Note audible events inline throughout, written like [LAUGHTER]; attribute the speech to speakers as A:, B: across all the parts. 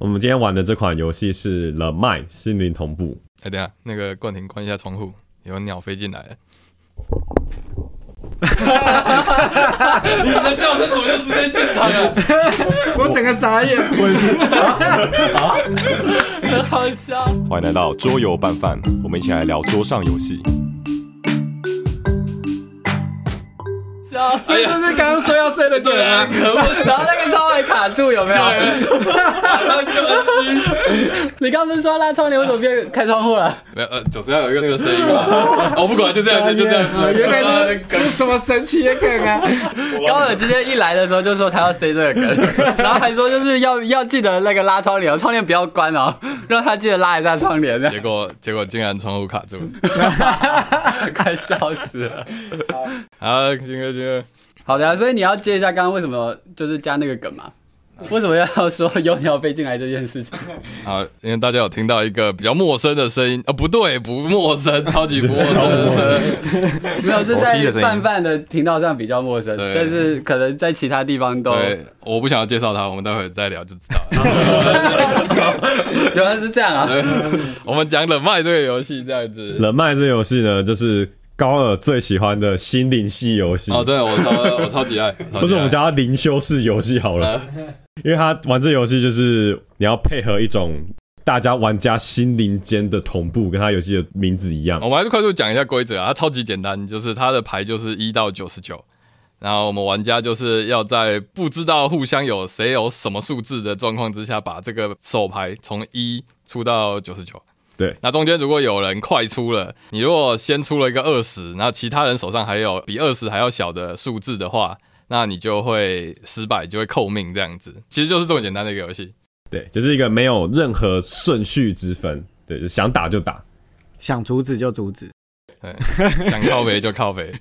A: 我们今天玩的这款游戏是《The Mind》心灵同步。
B: 哎、等一下，那个冠廷关一下窗户，有鸟飞进 [LAUGHS] 来了。
C: 那笑声怎么就直接进场
D: [LAUGHS]
C: 了？
E: 我整个傻眼。
C: 很好笑。
F: 欢迎来到桌游拌饭，我们一起来聊桌上游戏。
C: 笑
D: 啊
E: 这
C: 哎呀
E: 就是刚刚说要睡的点
C: 对啊，
E: 啊。
C: 可恶！
D: 然后那个窗帘卡住有没有？你刚不是说拉窗帘，为什么变开窗户了？
B: 没有，呃，总是要有一个那个声音 [LAUGHS] 嘛。我不管，就这样，就这样。
E: 啊原来这是什么神奇的梗啊！
D: 高尔直接一来的时候就说他要塞这个
C: [LAUGHS]
D: 梗，然后还说就是要要记得那个拉窗帘哦，窗帘不要关哦，让他记得拉一下窗
C: [LAUGHS]
D: 帘，
B: [LAUGHS] 结果结果竟然窗户卡住了。
D: 快笑死了。
B: 好，金哥，金哥，
D: 好的、啊，所以你要接一下刚刚为什么就是加那个梗嘛？为什么要说有鸟飞进来这件
F: [LAUGHS]
D: 事情？
B: 好，因为大家有听到一个比较陌生的声音啊，不对，不陌生，超级不陌生的声音。
D: 没有是
F: 熟悉
D: 在
F: 的声音
D: 范范的频道上比较陌生，
B: 对
D: 但是可能在其他地方都
B: 对，我不想要介绍他，我们待会再聊就知道了。 [LAUGHS]
D: [LAUGHS] 原来是这样啊。
B: 我们讲冷麦这个游戏这样子。
A: 人脉这游戏呢，就是高尔最喜欢的心灵系游戏，
B: 哦，真的，我超我超级爱，
A: 不
B: 不
A: 是我们叫它灵修式游戏好了，因为它玩这游戏就是你要配合一种大家玩家心灵间的同步，跟它游戏的名字一样
B: 哦
F: 哦
B: 我。们还是快速讲一下规则啊，它超级简单，就是它的牌就是一到九十九，然后我们玩家就是要在不知道互相有谁有什么数字的状况之下，把这个手牌从一出到九十九。
A: 对，
B: 那中间如果有人快出了，你如果先出了一个二十，然后其他人手上还有比二十还要小的数字的话，那你就会失败，就会扣命这样子。其实就是这么简单的一个游戏。
A: 对，就是一个没有任何顺序之分，对，想打就打。
E: 想阻止就阻止，
B: 想靠北就靠北，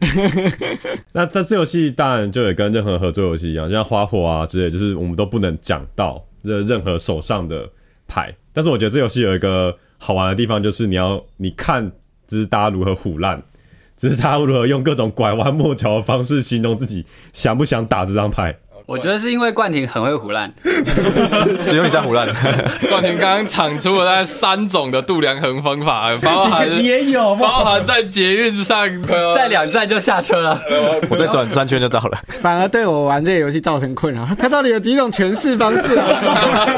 A: 那在这游戏当然就也跟任何合作游戏一样，像花火啊之类，就是我们都不能讲到任任何手上的牌。但是我觉得这游戏有一个好玩的地方，就是你要你看，就是大家如何胡烂，就是大家如何用各种拐弯抹角的方式形容自己想不想打这张牌。
D: 我觉得是因为冠廷很会胡乱，
G: [LAUGHS]
F: 只有你在胡乱，
B: 冠廷刚刚讲出了大概三种的度量衡方法，包含
A: 也有
B: 包含在捷运上，呃
D: 在两站就下车 [LAUGHS] 了。
F: 我再转三圈就到了。
E: 反而对我玩这个游戏造成困扰。 [LAUGHS] 它到底有几种诠释方式啊？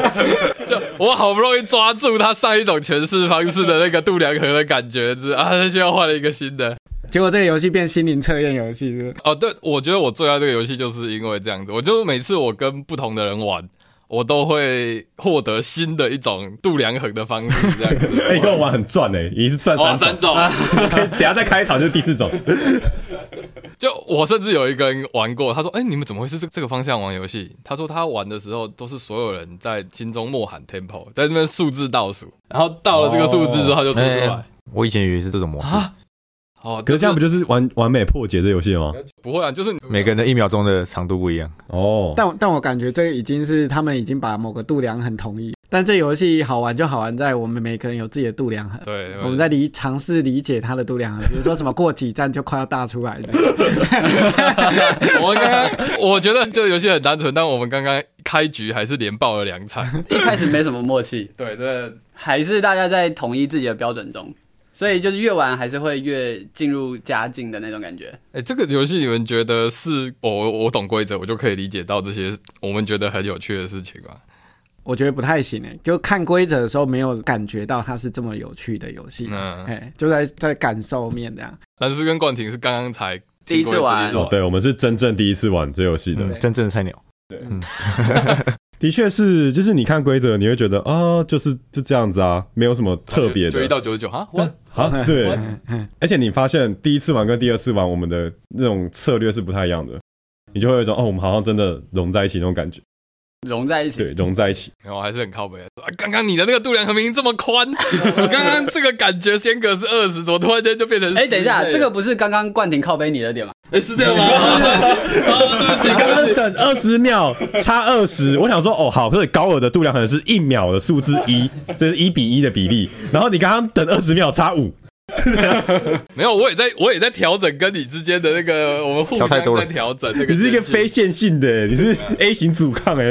E: [LAUGHS]
B: 就我好不容易抓住他上一种诠释方式的那个度量衡的感觉之啊，他需要换了一个新的。
E: 结果这个游戏变心灵测验游戏，是不是？
B: 哦，对，我觉得我最爱这个游戏就是因为这样子，我就每次我跟不同的人玩。我都会获得新的一种度量衡的方式，这样子。
A: [LAUGHS] 哎、跟我玩很赚哎、你是赚
B: 哦，
A: 三
B: 三
A: 种，
B: 种，
A: 可以 [LAUGHS] 等一下再开场就是第四种。
B: 就我甚至有一个人玩过，他说：“哎、你们怎么会是这这个方向玩游戏？”他说他玩的时候都是所有人在心中默喊 tempo，在那边数字倒数，然后到了这个数字之后他就出出来。
F: 哎我以前以为是这种模式，
B: 啊？哦，
A: 可是这样不
B: 就
A: 就是完完美破解这游戏了吗？
B: 不会啊？就是
F: 每个人的一秒钟的长度不一样。
A: 哦，
E: 但我但我感觉这已经是他们已经把某个度量衡统一。但这游戏好玩就好玩在我们每个人有自己的度量衡。
B: 对，
E: 我们在理尝试理解它的度量衡，比如说什么过几站就快要大出来 [LAUGHS] 的，
B: 我刚刚我觉得这个游戏很单纯，但我们刚刚开局还是连爆了两
D: [LAUGHS]
B: 场。
D: 一开始没什么默契，
B: 对，这
D: 还是大家在统一自己的标准中，所以就是越玩还是会越进入佳境的那种感觉。
B: 哎，这个游戏你们觉得是我我我懂规则，我就可以理解到这些我们觉得很有趣的事情吗？
E: 我觉得不太行诶、欸就看规则的时候没有感觉到它是这么有趣的游戏，哎、
B: 嗯，
E: 就在在感受面这样。
B: 蓝斯跟冠廷是刚刚才
D: 第一次玩
B: 听过一次
A: 对，我们是真正第一次玩这游戏的。
F: 嗯，真正的菜鸟。
A: 的确是，就是你看规则，你会觉得啊，就是就这样子啊，没有什么特别
B: 就一
A: 的
B: 到九十九哈，我
A: 啊。
E: [LAUGHS]
A: 对，
E: 嗯
A: 而且你发现第一次玩跟第二次玩，我们的那种策略是不太一样的，你就会有一种哦，我们好像真的融在一起那种感觉，
D: 融在一起，
A: 对，融在一起。
B: 没有，我还是很靠北的。啊刚刚你的那个度量衡明明这么宽，我刚刚这个感觉间隔是二十，怎么突然间就变成？
D: 哎、等一下，这个不是刚刚冠廷靠背你的点吗？
B: 哎是这样吗？ [LAUGHS] 哦，对不起，
A: 刚
B: 对不
A: 刚等
B: 起。
A: 二十秒，差二十，我想说哦好，所以高尔的度量可能是一秒的数字一，这是一比一的比例。然后你刚刚等二十秒，差五，
B: 没有，我也在，我也在调整跟你之间的那个，我们互
F: 调
B: 相
F: 太多了
B: 在调整那个。
A: 你是一个非线性的，你是 A 型阻抗哎，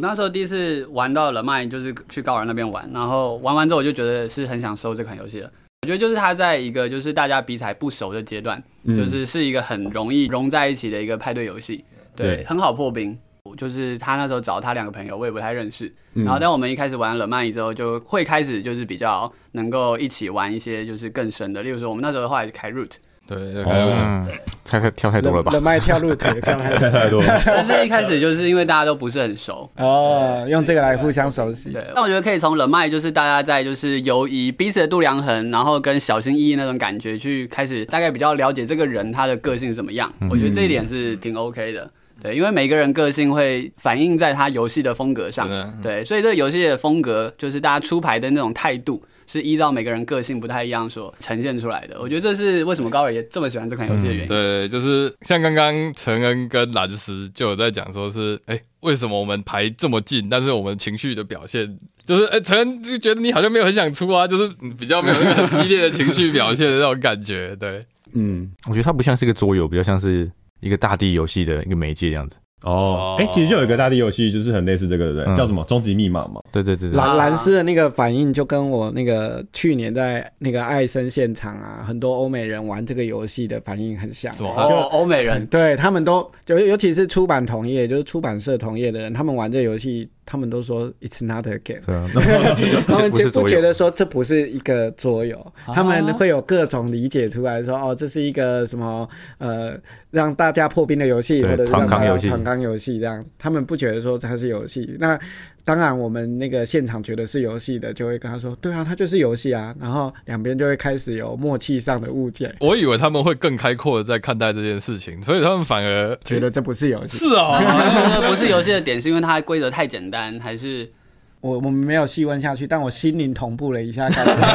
D: 那时候第一次玩到了麦，就是去高玩那边玩，然后玩完之后我就觉得是很享受这款游戏的。我觉得就是它在一个就是大家彼此还不熟的阶段，
A: 嗯
D: 就是是一个很容易融在一起的一个派对游戏，对，
A: 对
D: 很好破冰。就是他那时候找他两个朋友，我也不太认识。
A: 嗯
D: 然后，但我们一开始玩了曼尼之后，就会开始就是比较能够一起玩一些就是更深的，例如说我们那时候后来开
A: [LAUGHS]
D: Root，
B: 对，哎对
G: 嗯，太太跳太多了吧？
E: 冷麦跳入腿，跳太
A: 太太多了。
D: 就是一开始就是因为大家都不是很熟，
E: 哦，用这个来互相熟悉。
D: 对，但我觉得可以从人脉，就是大家在就是由以彼此的度量衡，然后跟小心翼翼那种感觉去开始，大概比较了解这个人他的个性是怎么样。
B: 嗯
D: 我觉得这一点是挺 OK 的，对，因为每个人个性会反映在他游戏的风格上
B: 真，的
D: 对，所以这个游戏的风格就是大家出牌的那种态度。是依照每个人个性不太一样所呈现出来的，我觉得这是为什么高尔也这么喜欢这款游戏的原因。
B: 嗯对，就是像刚刚陈恩跟蓝斯就有在讲，说是哎、为什么我们排这么近，但是我们情绪的表现就是哎，陈、恩就觉得你好像没有很想出啊，就是嗯比较没有那个很激烈的情绪表现的那种感觉。对，
A: 嗯，
G: 我觉得它不像是个桌游，比较像是一个大地游戏的一个媒介这样子。
A: 哦
B: 哦，
A: 哎、其实就有一个大地游戏，就是很类似这个，对不对？
G: 嗯
A: 叫什么《终极密码》嘛。
G: 对对对对，
D: 啊
E: 蓝蓝斯的那个反应就跟我那个去年在那个艾森现场啊，很多欧美人玩这个游戏的反应很像。
B: 什么
D: 哦，欧美人， [LAUGHS]
E: 对他们都，尤尤其是出版同业，就是出版社同业的人，他们玩这游戏，他们都说 it's not a game，
G: 对啊， [LAUGHS]
E: 他们
G: 不是
E: 就不
G: 桌游啊
E: 觉得说这不是一个桌游，他们会有各种理解出来说，哦，这是一个什么呃，让大家破冰的游戏，
G: 对
E: 或者是让
G: 团
E: 大
G: 康
E: 家
G: 游戏
E: 团康游戏这样，他们不觉得说它是游戏。那当然，我们那个现场觉得是游戏的，就会跟他说，对啊，它就是游戏啊，然后两边就会开始有默契上的误解，
B: [LAUGHS] 我以为他们会更开阔的在看待这件事情，所以他们反而
E: 觉得这不是游戏。
G: [LAUGHS]
B: 是哦，
D: 觉得不是游戏的点是因为它规则太简单，还是
E: 我我们没有细问下去，但我心灵同步了一
G: [LAUGHS]
E: 下，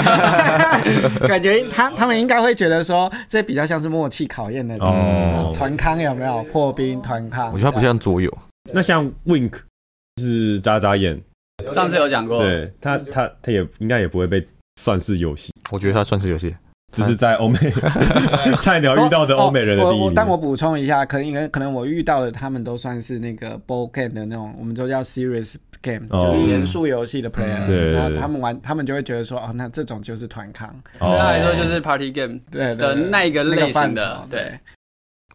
E: 感觉感觉他他们应该会觉得说，这比较像是默契考验的
A: 哦
E: 团康有没有破冰团康？
G: 我觉得它不像桌游，
A: 那像 Wink 是眨眨眼，
D: 上次有讲过？
A: 对他他他也应该也不会被算是游戏，
G: 我觉得它算是游戏。
A: 只是在欧美菜鸟遇到的欧美人的
E: 哦
A: 定
E: 我我
A: 义。
E: 但我补充一下，可能应该可能我遇到的他们都算是那个 ball game 的那种，我们都叫 serious game，、
A: 哦
E: 就是严肃游戏的 player、
D: 嗯
A: 对对
E: 然后
A: 对
E: 他们玩，他们就会觉得说，哦，那这种就是团康，
A: 哦
D: 对他来说就是 party game
E: 对
D: 的那一个类型
E: 那个
D: 的
E: 范畴，
D: 对，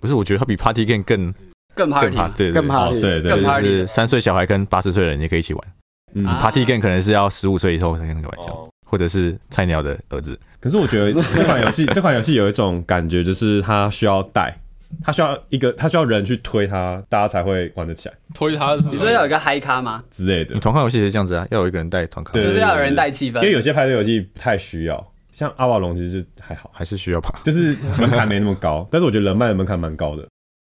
G: 不是，我觉得它比 Party Game 更
D: 更
G: 更
D: party
G: 怕，对对
E: 更
G: 对，
A: 哦
E: [LAUGHS] party，、
A: 对对
D: 更
A: 对，
G: 就
D: party
G: 是三岁小孩跟八十岁的人也可以一起玩。
A: 嗯。
D: 啊
G: Party Game 可能是要十五岁以后才能玩这样，
A: 哦
G: 或者是菜鸟的儿子。
A: 可是我觉得这款游戏，这款游戏有一种感觉，就是它需要带，它需要一个，它需要人去推它，大家才会玩得起来
B: 推他是什么，
D: 你说要有一个嗨咖吗？
A: 之类的
G: 你。团康游戏也是这样子啊，要有一个人带团康，
A: 对
D: 就是要有人带气
A: 因为
D: 氛。
A: 有些派对游戏不太需要，像阿瓦隆其实就还好，
G: 还是需要吧？
A: 就是门槛没那么高，但是我觉得人脉的门槛蛮高的。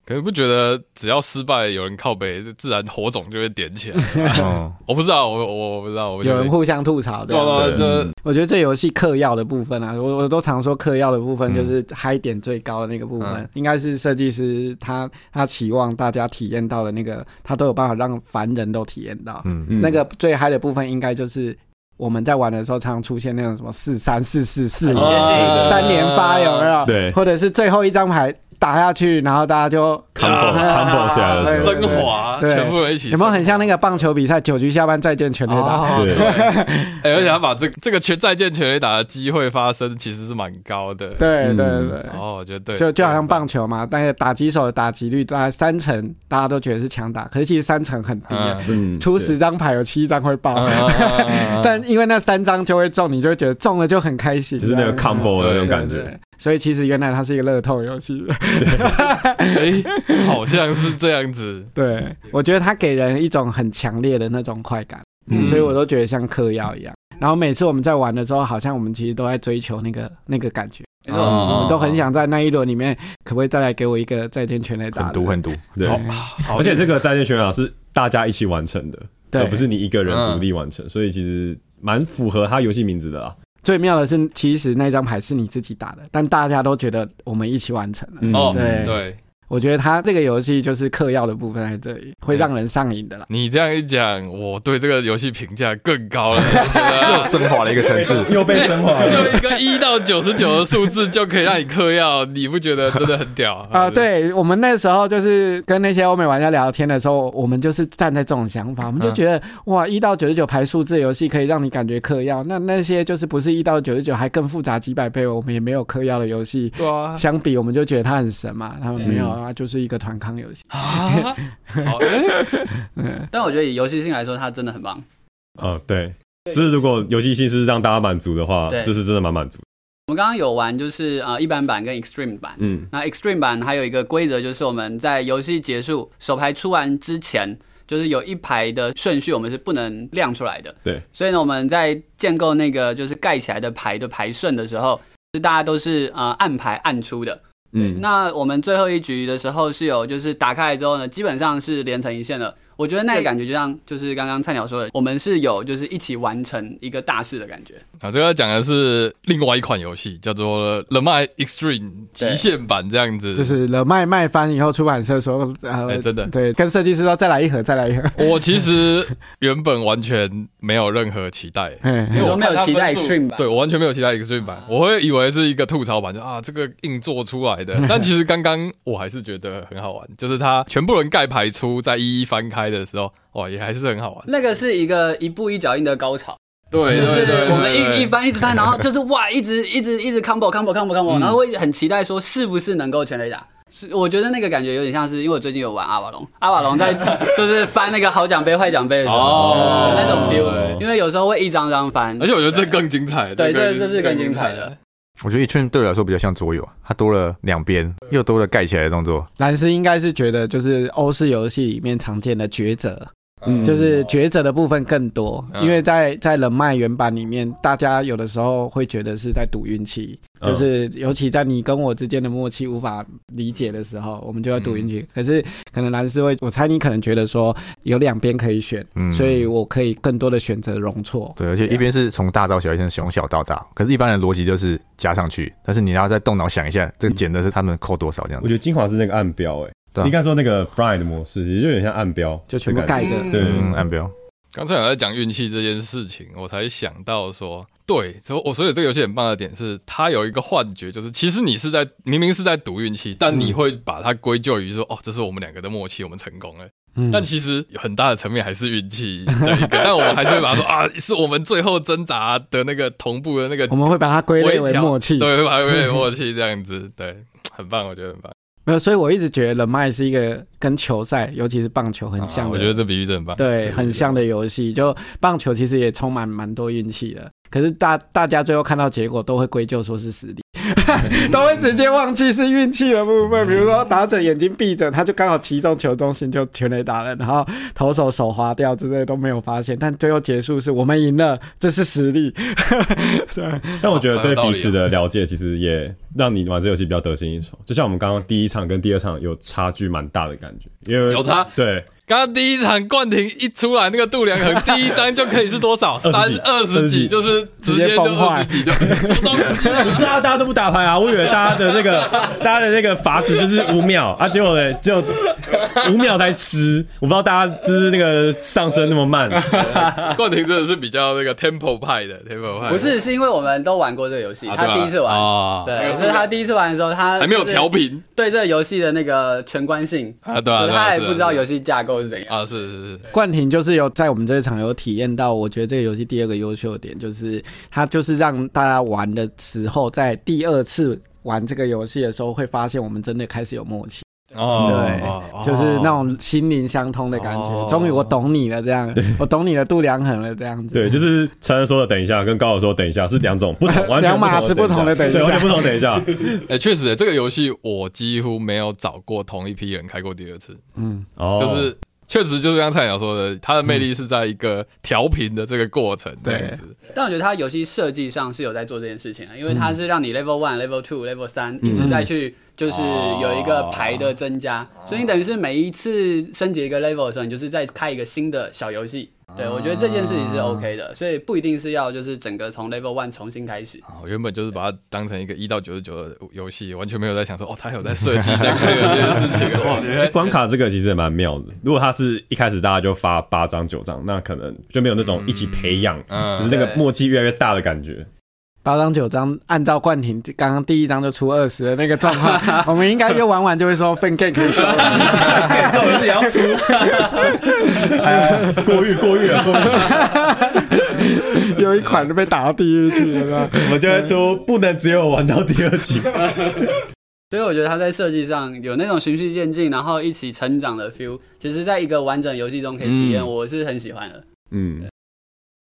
B: 可是不觉得只要失败有人靠北，自然火种就会点起来。
G: 嗯，
B: 我不知道，我我我不知道，我觉
E: 有
B: 得
E: 人互相吐槽的。
B: 对啊，就
E: 我觉得这游戏嗑药的部分啊，我我都常说嗑药的部分就是嗨点最高的那个部分，
B: 嗯
E: 应该是设计师他他期望大家体验到的那个，他都有办法让凡人都体验到。
G: 嗯，
A: 嗯
E: 那个最嗨的部分应该就是我们在玩的时候，常常出现那种什么四三四四四五
D: 哦
E: 三连发有没有？ [LAUGHS]
A: 对
E: 或者是最后一张牌打下去，然后大家就
A: combo
E: 啊 [LAUGHS]
A: combo 起来了，
E: 对
A: 是
B: 升
A: 吧
B: 华，
E: 对
B: 全部人一起
E: 有
B: 升
E: 没
B: 华，
E: 有很像那个棒球比赛九局下半再见全垒打？
D: 哦，
A: 对，
E: [LAUGHS]
B: 哎、而且他把这这个全再见全垒打的机会发生，其实是蛮高的。，
E: 对对
A: 嗯
E: 对对。
B: 哦，我觉得对，
E: 就就好像
B: 对
E: 棒球嘛，但是打击手的打击率大概三成，大家都觉得是强打，可是其实三成很低耶， [LAUGHS]
A: 嗯
E: 出十张牌有七张会
B: 啊
E: 爆，
B: 嗯， [LAUGHS] 但
E: [LAUGHS] 但因为那三张就会中，你就会觉得中了就很开心，
A: 就是那个 combo 的那种
E: 对
A: 感。
E: 对
A: 觉。
E: 对所以其实原来它是一个乐透游戏， [LAUGHS]
B: 哎，好像是这样子。
E: 对我觉得它给人一种很强烈的那种快感，
B: 嗯
E: 所以我都觉得像嗑药一样。然后每次我们在玩的时候，好像我们其实都在追求那个那个感觉，
D: 没
B: 哦
D: 错，
E: 我们都很想在那一轮里面，可不可以再来给我一个再见全垒打的？
G: 很毒很毒，
A: 对，
B: 好
A: 而且这个在线宣导是大家一起完成的，
E: 对，嗯
A: 而不是你一个人独立完成，所以其实蛮符合它游戏名字的啦。
E: 最妙的是，其实那张牌是你自己打的，但大家都觉得我们一起完成了。
A: 嗯
B: 哦，
E: 对
B: 对，
E: 我觉得它这个游戏就是嗑药的部分在这里，会让人上瘾的啦。
B: 你这样一讲，我对这个游戏评价更高
E: [LAUGHS]
B: 了。我觉得
G: 又升华了一个层次。
A: 又被升华了。
B: 就一个一到九十九的数字就可以让你嗑药，你不觉得真的很屌啊
E: [LAUGHS] 啊、对我们那时候就是跟那些欧美玩家聊天的时候，我们就是站在这种想
A: 嗯
E: 法，我们就觉得、哇，一到九十九排数字游戏可以让你感觉嗑药，那那些就是不是一到九十九还更复杂几百倍，我们也没有嗑药的游戏。
B: 对啊，
E: 相比，我们就觉得它很神嘛，他们没
A: 嗯
E: 有啊，就是一个团康游戏。
B: 啊，好，哎
A: 嗯
D: 但我觉得以游戏性来说，它真的很棒。
A: [LAUGHS] 哦，对，就是如果游戏性是让大家满足的话，
D: 对
A: 这是真的蛮满足的。
D: 我们刚刚有玩就是啊、呃一般版跟 Extreme 版，
A: 嗯，
D: 那 Extreme 版还有一个规则，就是我们在游戏结束手牌出完之前，就是有一排的顺序我们是不能亮出来的。
A: 对，
D: 所以呢，我们在建构那个就是盖起来的牌的牌顺的时候，是大家都是呃按牌按出的。
A: 嗯，
D: 那我们最后一局的时候是有，就是打开来之后呢，基本上是连成一线的。我觉得那个感觉就像就是刚刚菜鸟说的，我们是有就是一起完成一个大事的感觉。
B: 啊，这个要讲的是另外一款游戏，叫做《The My Extreme 极限版》这样子。
E: 就是了卖卖翻以后，出版社说，呃，
B: 哎真的
E: 对，跟设计师说再来一盒，再来一盒，
B: 我其实原本完全没有任何期
D: [LAUGHS]
B: 待，
E: 嗯
B: 因为
D: 我
B: 我
D: 没有
B: 看它
D: 期待
B: 分数
D: Extreme 版
B: 对我完全没有期待 Extreme 版，
D: 啊
B: 我会以为是一个吐槽版，就啊这个硬做出来
D: [LAUGHS]
B: 的。但其实刚刚我还是觉得很好玩，就是它全部人盖牌出，在一一翻开的时候，哇，也还是很好玩。
D: 那个是一个一步一脚印的高潮，
B: 对，
D: 就
B: 对
D: 是
B: 对
D: 我们一一
B: 般
D: 翻一直翻，然后就是哇，一直一直一直 combo combo combo
B: 嗯
D: combo，然后会很期待说是不是能够全垒打。是，我觉得那个感觉有点像是，因为我最近有玩阿瓦隆，阿
B: [LAUGHS]
D: 瓦隆在就是翻那个好奖杯、坏奖杯的时候，
B: 哦
D: 呃那种 feel，
B: 对
D: 因为有时候会一张张翻，
B: 而且我觉得这更精彩，
D: 对
B: 个
D: 这这是更精彩的。
G: 我觉得一圈对我来说比较像桌游，它多了两边，又多了盖起来的动作。
E: 蓝斯应该是觉得就是欧式游戏里面常见的抉择，
A: 嗯
E: 就是抉择的部分更多，
B: 嗯
E: 因为在在人脉原版里面，大家有的时候会觉得是在赌运气，
A: 嗯
E: 就是尤其在你跟我之间的默契无法理解的时候，我们就要赌运气。可是可能蓝斯会，我猜你可能觉得说有两边可以选，
G: 嗯
E: 所以我可以更多的选择容错。
G: 对，而且一边是从大到小，一边是从小到大。可是，一般人逻辑就是加上去，但是你要再动脑想一下，这个减的是他们扣多少这样
A: 我
G: 子。
A: 觉得精华是那个暗标，哎，
G: 对啊
A: 应该说那个 Brian 的模式，其实就有点像暗标的感觉，
E: 就全部盖着，
A: 对
G: 嗯，按标。
B: 刚才我在讲运气这件事情，我才想到说，对，所以我所以这个游戏很棒的点是，它有一个幻觉，就是其实你是在明明是在赌运气，但你会把它归咎于说，哦，这是我们两个的默契，我们成功了。
E: 嗯
B: 但其实有很大的层面还是运气的 [LAUGHS] 一个，但我们还是会把它说啊，是我们最后挣扎的那个同步的那个
E: 我们会把它归类为
B: 微调
E: 默契。
B: 对，会把它归类为默契这样子，对，很棒，我觉得很棒。
E: 没有，所以我一直觉得人脉是一个跟球赛，尤其是棒球很像
B: 啊
E: 的。
B: 我觉得这比喻真的很棒。
E: 对，很像的游戏。就棒球其实也充满蛮多运气的，可是大大家最后看到结果都会归咎说
B: [LAUGHS]
E: 是实力，都会直接忘记是运气的部分。比如说打者眼睛闭着，他就刚好击中球中心就全垒打了，然后投手手滑掉之类都没有发现，但最后结束是我们赢了，这是实力。对，
A: 但我觉得
B: 蛮有
A: 对
B: 道理啊
A: 彼此的
B: 的
A: 了解，其实也让你玩这游戏比较得心应手。就像我们刚刚第一场跟第二场有差距蛮大的感觉，因为
B: 有差
A: 对 [LAUGHS]
B: 刚刚第一场冠廷一出来，那个度量衡第一张就可以是多少？三
A: 二十几
B: 二十
A: 二十
B: 几，
A: 几
B: 就是直
E: 接
B: 接就
E: 崩
B: 二
E: 坏
B: 十几，就什么东西啊？
A: 我知道大家都不打牌啊，我以为大家的那个大家的那个法子就是五秒啊，结果呢就五秒才吃，我不知道大家就是那个上升那么慢，
B: 啊冠廷真的是比较那个 tempo 派的 tempo 派的，
D: 不是是因为我们都玩过这个游戏，
B: 啊
D: 他第一次玩，
B: 啊
D: 对，所以他第一次玩的时候，他
B: 还没有
D: 就是
B: 调频
D: 对这个游戏的那个全观性，
B: 啊，对
D: 就
B: 啊，
D: 是
B: 对啊
D: 他还
B: 是啊
D: 不知道
B: 是啊
D: 游戏架构是怎样。
B: 啊，是是是，
E: 冠廷就是有在我们这一场有体验到，我觉得这个游戏第二个优秀的点就是，它就是让大家玩的时候，在第二次玩这个游戏的时候，会发现我们真的开始有默契，
B: 哦
E: 对
B: 哦
E: 就是那种心灵相通的感
B: 哦
E: 觉。终于我懂你了，这样，我懂你的度量衡了，这样子。
A: 对，就是成人说的等一下跟高手说等一下是两种不同，完全
E: 两码子不同的等一下
A: 对，完全不同等一下，
B: 哎，确实，这个游戏我几乎没有找过同一批人开过第二次，
E: 嗯，
A: 哦，
B: 就是。确实，就是像菜鸟说的，它的魅力是在一个调频的这个过程这样子。
D: 但我觉得它游戏设计上是有在做这件事情啊，因为它是让你 level one、level two、level 三一直在去，就是有一个牌的增加，所以你等于是每一次升级一个 level 的时候，你就是再开一个新的小游戏，对，我觉得这件事情是 OK 的，所以不一定是要就是整个从 Level One 重新开始。
B: 啊，我原本就是把它当成一个一到九十九的游戏，完全没有在想说哦，他有在设计在这个这件
A: [LAUGHS]
B: 事情。哦哇，原来
A: 哎关卡这个其实也蛮妙的。如果他是一开始大家就发八张九张，那可能就没有那种一起培养，
B: 嗯
A: 只是那个
D: 对
A: 默契越来越大的感觉。
E: 八张九张，按照冠廷刚刚第一张就出二十的那个状
A: [LAUGHS]
E: 况，我们应该越玩完就会说分 K 可以收了。
A: 这种事也要出，哎 [LAUGHS] 过誉过誉了，过誉
E: [LAUGHS] 有一款就被打到地狱去了是吧。
A: [LAUGHS] 我们就会出不能只有玩到第二集。
D: 所以我觉得他在设计上有那种循序渐进，然后一起成长的 feel，其实在一个完整游戏中可以体验，
B: 嗯
D: 我是很喜欢的。
A: 嗯，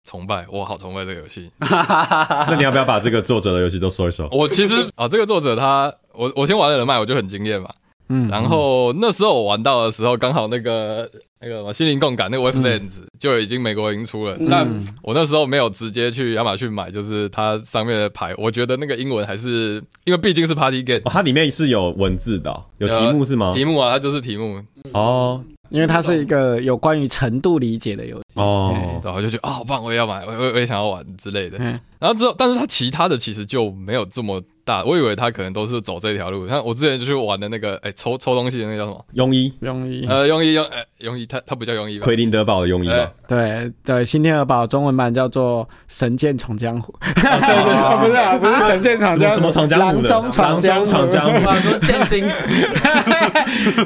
B: 崇拜，我好崇拜这个游戏。
A: 那你要不要把这个作者的游戏都搜一
B: [LAUGHS]
A: 搜？
B: 我其实啊，这个作者他，我我先玩了人脉，我就很惊艳嘛。
E: 嗯
B: 然后那时候我玩到的时候，刚好那个那个什么心灵共感那个 Wavelands、就
A: 嗯
B: 已经美国已经出了，但
E: 嗯
B: 我那时候没有直接去亚马逊买，就是它上面的牌，我觉得那个英文还是因为毕竟是 Party Game，
A: 哦，它里面是有文字的哦、有题目是吗？
B: 题目啊，它就是题目，
A: 哦
E: 因为它是一个有关于程度理解的游戏。
A: 哦，
B: 然后就觉得哦，好棒，我也要买，我我我也想要玩之类的。
E: 嗯
B: 然后之后，但是它其他的其实就没有这么大，我以为它可能都是走这条路。像我之前就去玩的那个，哎、抽抽东西的那个叫什么？
A: 庸医，
E: 容易
B: 呃，庸医庸，哎、庸医，它它不叫庸医吧？
A: 奎林德堡的庸医
B: 哎
A: 吧？
E: 对对，《新天鹅堡》中文版叫做《神剑闯江湖》
A: 哦
E: 不是啊，不是《神剑闯
A: 什么
E: 江湖》，
A: 什么闯江湖
E: 郎
A: 的？
E: 中闯江湖 [LAUGHS]
A: 郎中闯江湖。
D: 哇，说剑心，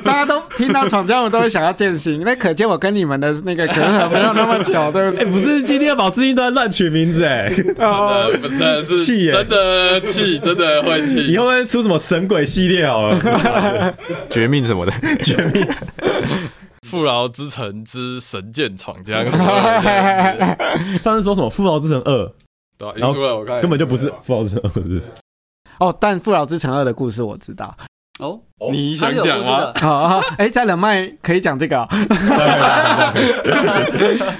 E: 大家都听到闯江湖都会想要剑心，那可见我跟你们的那个隔阂没有那么久，对不
A: 哎、
E: 对？
A: 不是今天堡最近都在乱取名字哎、
B: 呃，不是，是
A: 气耶
B: 真的气，真的会气
A: 以。
B: [LAUGHS]
A: 后会出什么神鬼系列好了？
G: 绝命什么的，
B: 富饶之城之神剑闯江湖，
A: [LAUGHS]
B: 对
A: 上次说什么《富饶之城二》，
B: 吧？已经出了，我看
A: 根本就不是《富饶之城二》，是不是？
E: 哦，但《富饶之城二》的故事我知道。
D: [LAUGHS] 哦，
B: 你
D: 他
B: 想
D: 是有
B: 讲
D: 故事
B: 吗？
D: 的，
E: 哦，哎、在冷麦可以讲这个哦。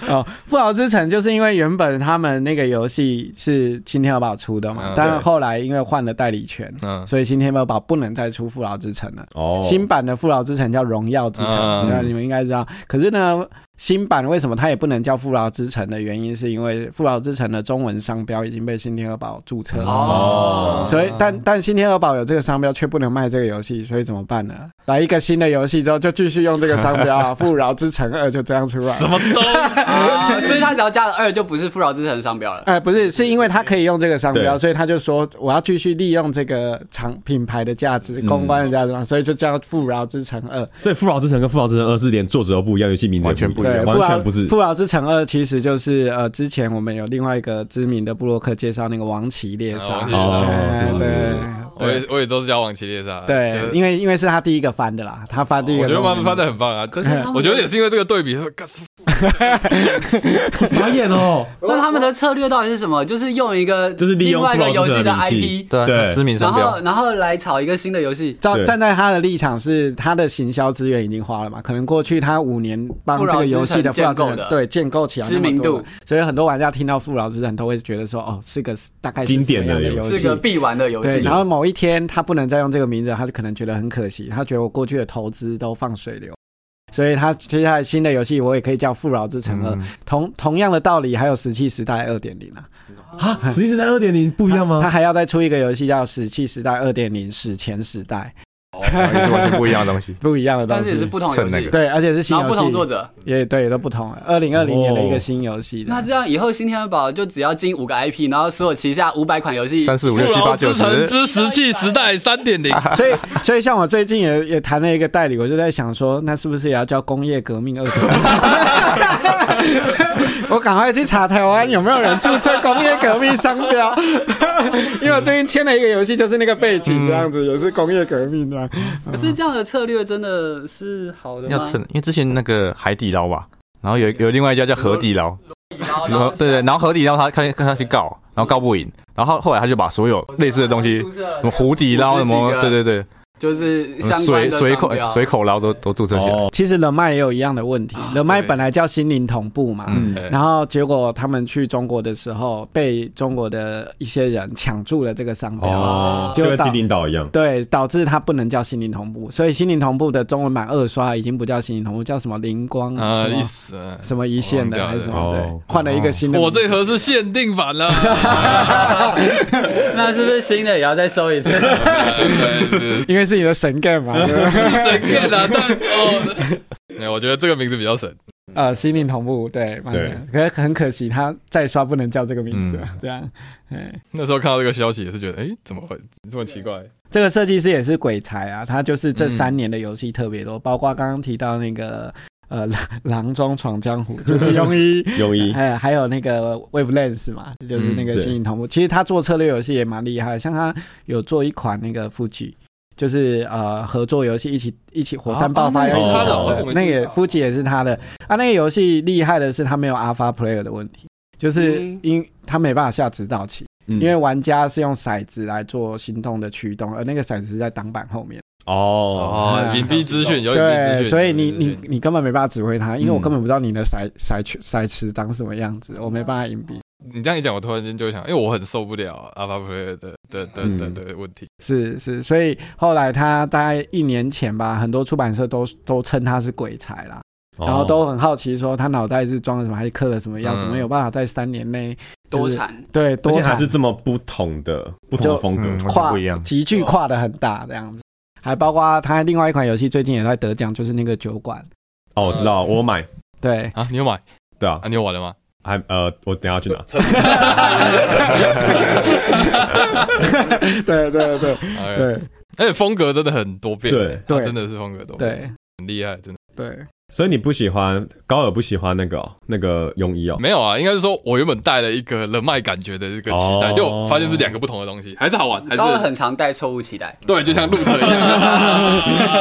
E: 哦，富豪之城就是因为原本他们那个游戏是新天鹅堡出的嘛
B: 嗯，
E: 但
B: 对
E: 后来因为换了代理权，
B: 嗯，
E: 所以新天鹅堡不能再出富豪之城了。
A: 哦，
E: 新版的富饶之城叫荣耀之城，
B: 嗯
E: 那、你们应该知道。可是呢，新版为什么它也不能叫富饶之城的原因，是因为富饶之城的中文商标已经被新天鹅堡注册了。
D: 哦
G: [LAUGHS]
E: 所以，但但新天鹅堡有这个商标，却不能卖这个游戏，所以怎么办呢？来一个新的游戏之后，就继续用这个商
A: [LAUGHS]
E: 标啊，《富饶之城二》就这样出来
B: 什。么东西？
D: 啊，所以他只要加了二，就不是富饶之城商
E: [LAUGHS]
D: 标了。
E: 哎、不是，是因为他可以用这个商标，
A: 对
E: 所以他就说我要继续利用这个厂品牌的价
A: 嗯
E: 值、公关的价值嘛，所以就叫《富饶之城二》。
A: 所以《富饶之城》跟《富饶之城二》是连作者都不一样，游戏名字也不一
E: 对，
A: 样，
E: 富
A: 完
E: 饶
A: 全不是。
E: [LAUGHS] 富饶之城二其实就是呃，之前我们有另外一个知名的布洛克介绍那个王旗猎杀，
B: 啊
A: 哦
E: 哎
A: 对
B: 我也我也都是叫往骑猎杀，
E: 对
B: 啊就是
E: 对，因为因为是他第一个翻的啦，他翻第一个
B: 我觉得
E: 中
B: 慢
E: 文名
B: 慢
E: 字，
B: 翻的很棒啊。
D: 可是他们
B: 我觉得也是因为这个对比，说干
A: 好傻眼哦！
D: 那他们的策略到底是什么？就是用一个
A: 就是利用
D: 另外一个游戏
A: 富
D: 的
A: 饶之城的名
D: IP，
A: 气
G: 对啊，
A: 对
G: 那知名
D: 然
G: 商
D: 后
G: 标，
D: 然后来炒一个新的游戏。
E: 站
A: 对
E: 站在他的立场是，他的行销资源已经花了嘛，可能过去他五年帮这个游戏的
D: 富饶之城
E: 富
D: 建构的
E: 饶之城对建构起来那么多
D: 知名度，
E: 所以很多玩家听到富饶之城都会觉得说，哦，是个大概是
A: 经典
E: 什么样
A: 的
E: 的
A: 游
E: 游
A: 戏
D: 是个必玩的游
E: 对，
D: 戏，
E: 然后某一天他不能再用这个名字，他就可能觉得很可惜，他觉得我过去的投资都放水流，所以他接下来新的游戏我也可以叫《富饶之城二》
G: 嗯
E: 同同样的道理，还有《石器时代二点零》啊，
A: 啊，《实际时代二点零》不一样
E: 他
A: 吗？
E: 还要再出一个游戏叫《石器时代二点零：史前时代，
G: 也是完全不一样的东西》，
E: [LAUGHS] 不一样的
D: [LAUGHS]
E: 东
D: 但是也是
E: 西。
D: 不同游
G: 哦蹭那
D: 戏
G: 个，
E: 对，而且是新
D: 然后
E: 游
D: 不同作
E: 戏，
D: 者。
E: 也对，也都不同了。二零二零年的一个新游戏的
D: 那这样以后，新天鹅堡就只要进五个 IP，然后所有旗下五百款游戏，
G: 三四五
B: 富
G: 六七
B: 饶
G: 八九
B: 之城
G: 十，
B: 之石器时代三点零，
E: 所以， [LAUGHS] 所以像我最近也也谈了一个代理，我就在想说，那是不是也要叫工业革命二点？ [LAUGHS] 我赶快去查台湾有没有人注册工业革命商标， [LAUGHS] 因为我最近签了一个游戏，就是那个背景这样子，也是工业革命这样。
D: 可是这样的策略真的是好的
G: 要
D: 吗
G: 蹭？，因为之前那个海底捞吧，然后有有另外一家叫河底捞，
D: 哦
G: 然后对对，然后河底捞他看看他去告，
D: 哦
G: 然后告不赢，然后后来他就把所有类似的东西，什么湖底捞
D: 五十
G: 什
D: 几
G: 么
D: 个，
G: 对对对，
D: 就是相关
G: 随
D: 的
G: 嗯随
D: 商
G: 口
D: 标
G: 随口捞都都注册起来。
A: 哦，
E: 其实人脉也有一样的问题，
D: 啊
E: 人脉本来叫心灵同步嘛，
G: 嗯
B: 对
E: 然后结果他们去中国的时候，被中国的一些人抢注了这个商标，
A: 哦，
E: 就
A: 就跟
E: 到
A: 金领导一样，
E: 对，导致它不能叫心灵同步，所以心灵同步的中文版二刷已经不叫心灵同步，叫什么灵光
B: 啊，
E: 什
B: 意
E: 么
B: 思。呃
E: 什么一线的还是什么，
A: 哦
E: 对，换了一个新的名字。
B: 我这盒是限定版了，
D: [LAUGHS] 那是不是新的也要再
B: [LAUGHS]
D: 收一次？
B: 对对是
E: 因为是你的神 game
B: [LAUGHS]
E: 嘛，
B: 神片啊，但哦，没有，我觉得这个名字比较神。
E: 呃，心灵同步，对，蛮
A: 对
E: 神可是很可惜，他再刷不能叫这个名字了，
B: 嗯
E: 对啊。
B: 那时候看到这个消息也是觉得，哎，怎么会这么奇怪？
E: 这个设计师也是鬼才啊，他就是这三
B: 嗯
E: 年的游戏特别多，包括刚刚提到那个呃《狼狼中闯江湖》，就是庸医，
A: 庸医
E: 还有还有那个 Wavelength 嘛，就是那
B: 嗯
E: 个
A: 对
E: 心灵同步。其实他做策略游戏也蛮厉害，像他有做一款那个 Fuji。就是呃合作游戏一起一起火山爆发
B: 哦那
E: 要
B: 个
E: 一起
A: 是他的
E: 做
A: 哦
E: 对
B: 我没
E: 那
B: 注意
E: 个
B: 到
E: Fuji 也是他的啊。那个游戏厉害的是他没有 Alpha Player 的问题，就是
D: 嗯
E: 因他没办法下指导棋，
A: 因
E: 嗯因为玩家是用骰子来做行动的驱动，而那个骰子是在挡板后面，
A: 哦，
B: 哦，
E: 啊
B: 隐蔽资讯有隐蔽资
E: 对，
B: 讯，
E: 所以你
B: 有隐蔽资讯
E: 你你根本没办法指挥它，因为我
G: 嗯
E: 根本不知道你的骰骰圈骰池长什么样子，我没办法隐蔽。
B: 你这样一讲，我突然间就想，因为我很受不了 Alpha Player 的的的的的问题。
E: 是是，所以后来他大概一年前吧，很多出版社都都称他是鬼才啦，
A: 哦
E: 然后都很好奇说他脑袋是装了什么，还是嗑了什么药，
B: 嗯
E: 怎么有办法在三年内
D: 多
E: 就是
D: [LAUGHS] 产，
E: 对
A: 而且
E: 多
A: 还
E: 产
A: 是这么不同的不同的风格，
G: 嗯，
E: 跨
G: 不一样。
E: 急剧跨的很大这样子，还包括他另外一款游戏最近也在得奖，就是那个酒馆，
A: 哦，我知道，我有买，
B: [LAUGHS]
E: 对。
B: 啊，你有买
A: 对啊
B: 啊？，你有玩了吗？
A: 还呃，我等一下去拿，
E: 对对
B: 对，
E: [LAUGHS] 对对
B: 而且风格真的很多变，
A: 对
B: 它
E: 对
B: 真的是风格多变，
E: 对
B: 很厉害，真的。
E: 对，
A: 所以你不喜欢高尔不喜欢那个哦那个庸医哦，
B: 没有啊，应该是说我原本带了一个人脉感觉的这个期待，
A: 哦
B: 就发现是两个不同的东西，还是好玩，还
D: 当然
B: 是
D: 很常带错误期待。
B: 对，就像路特一
D: [LAUGHS]
B: 样。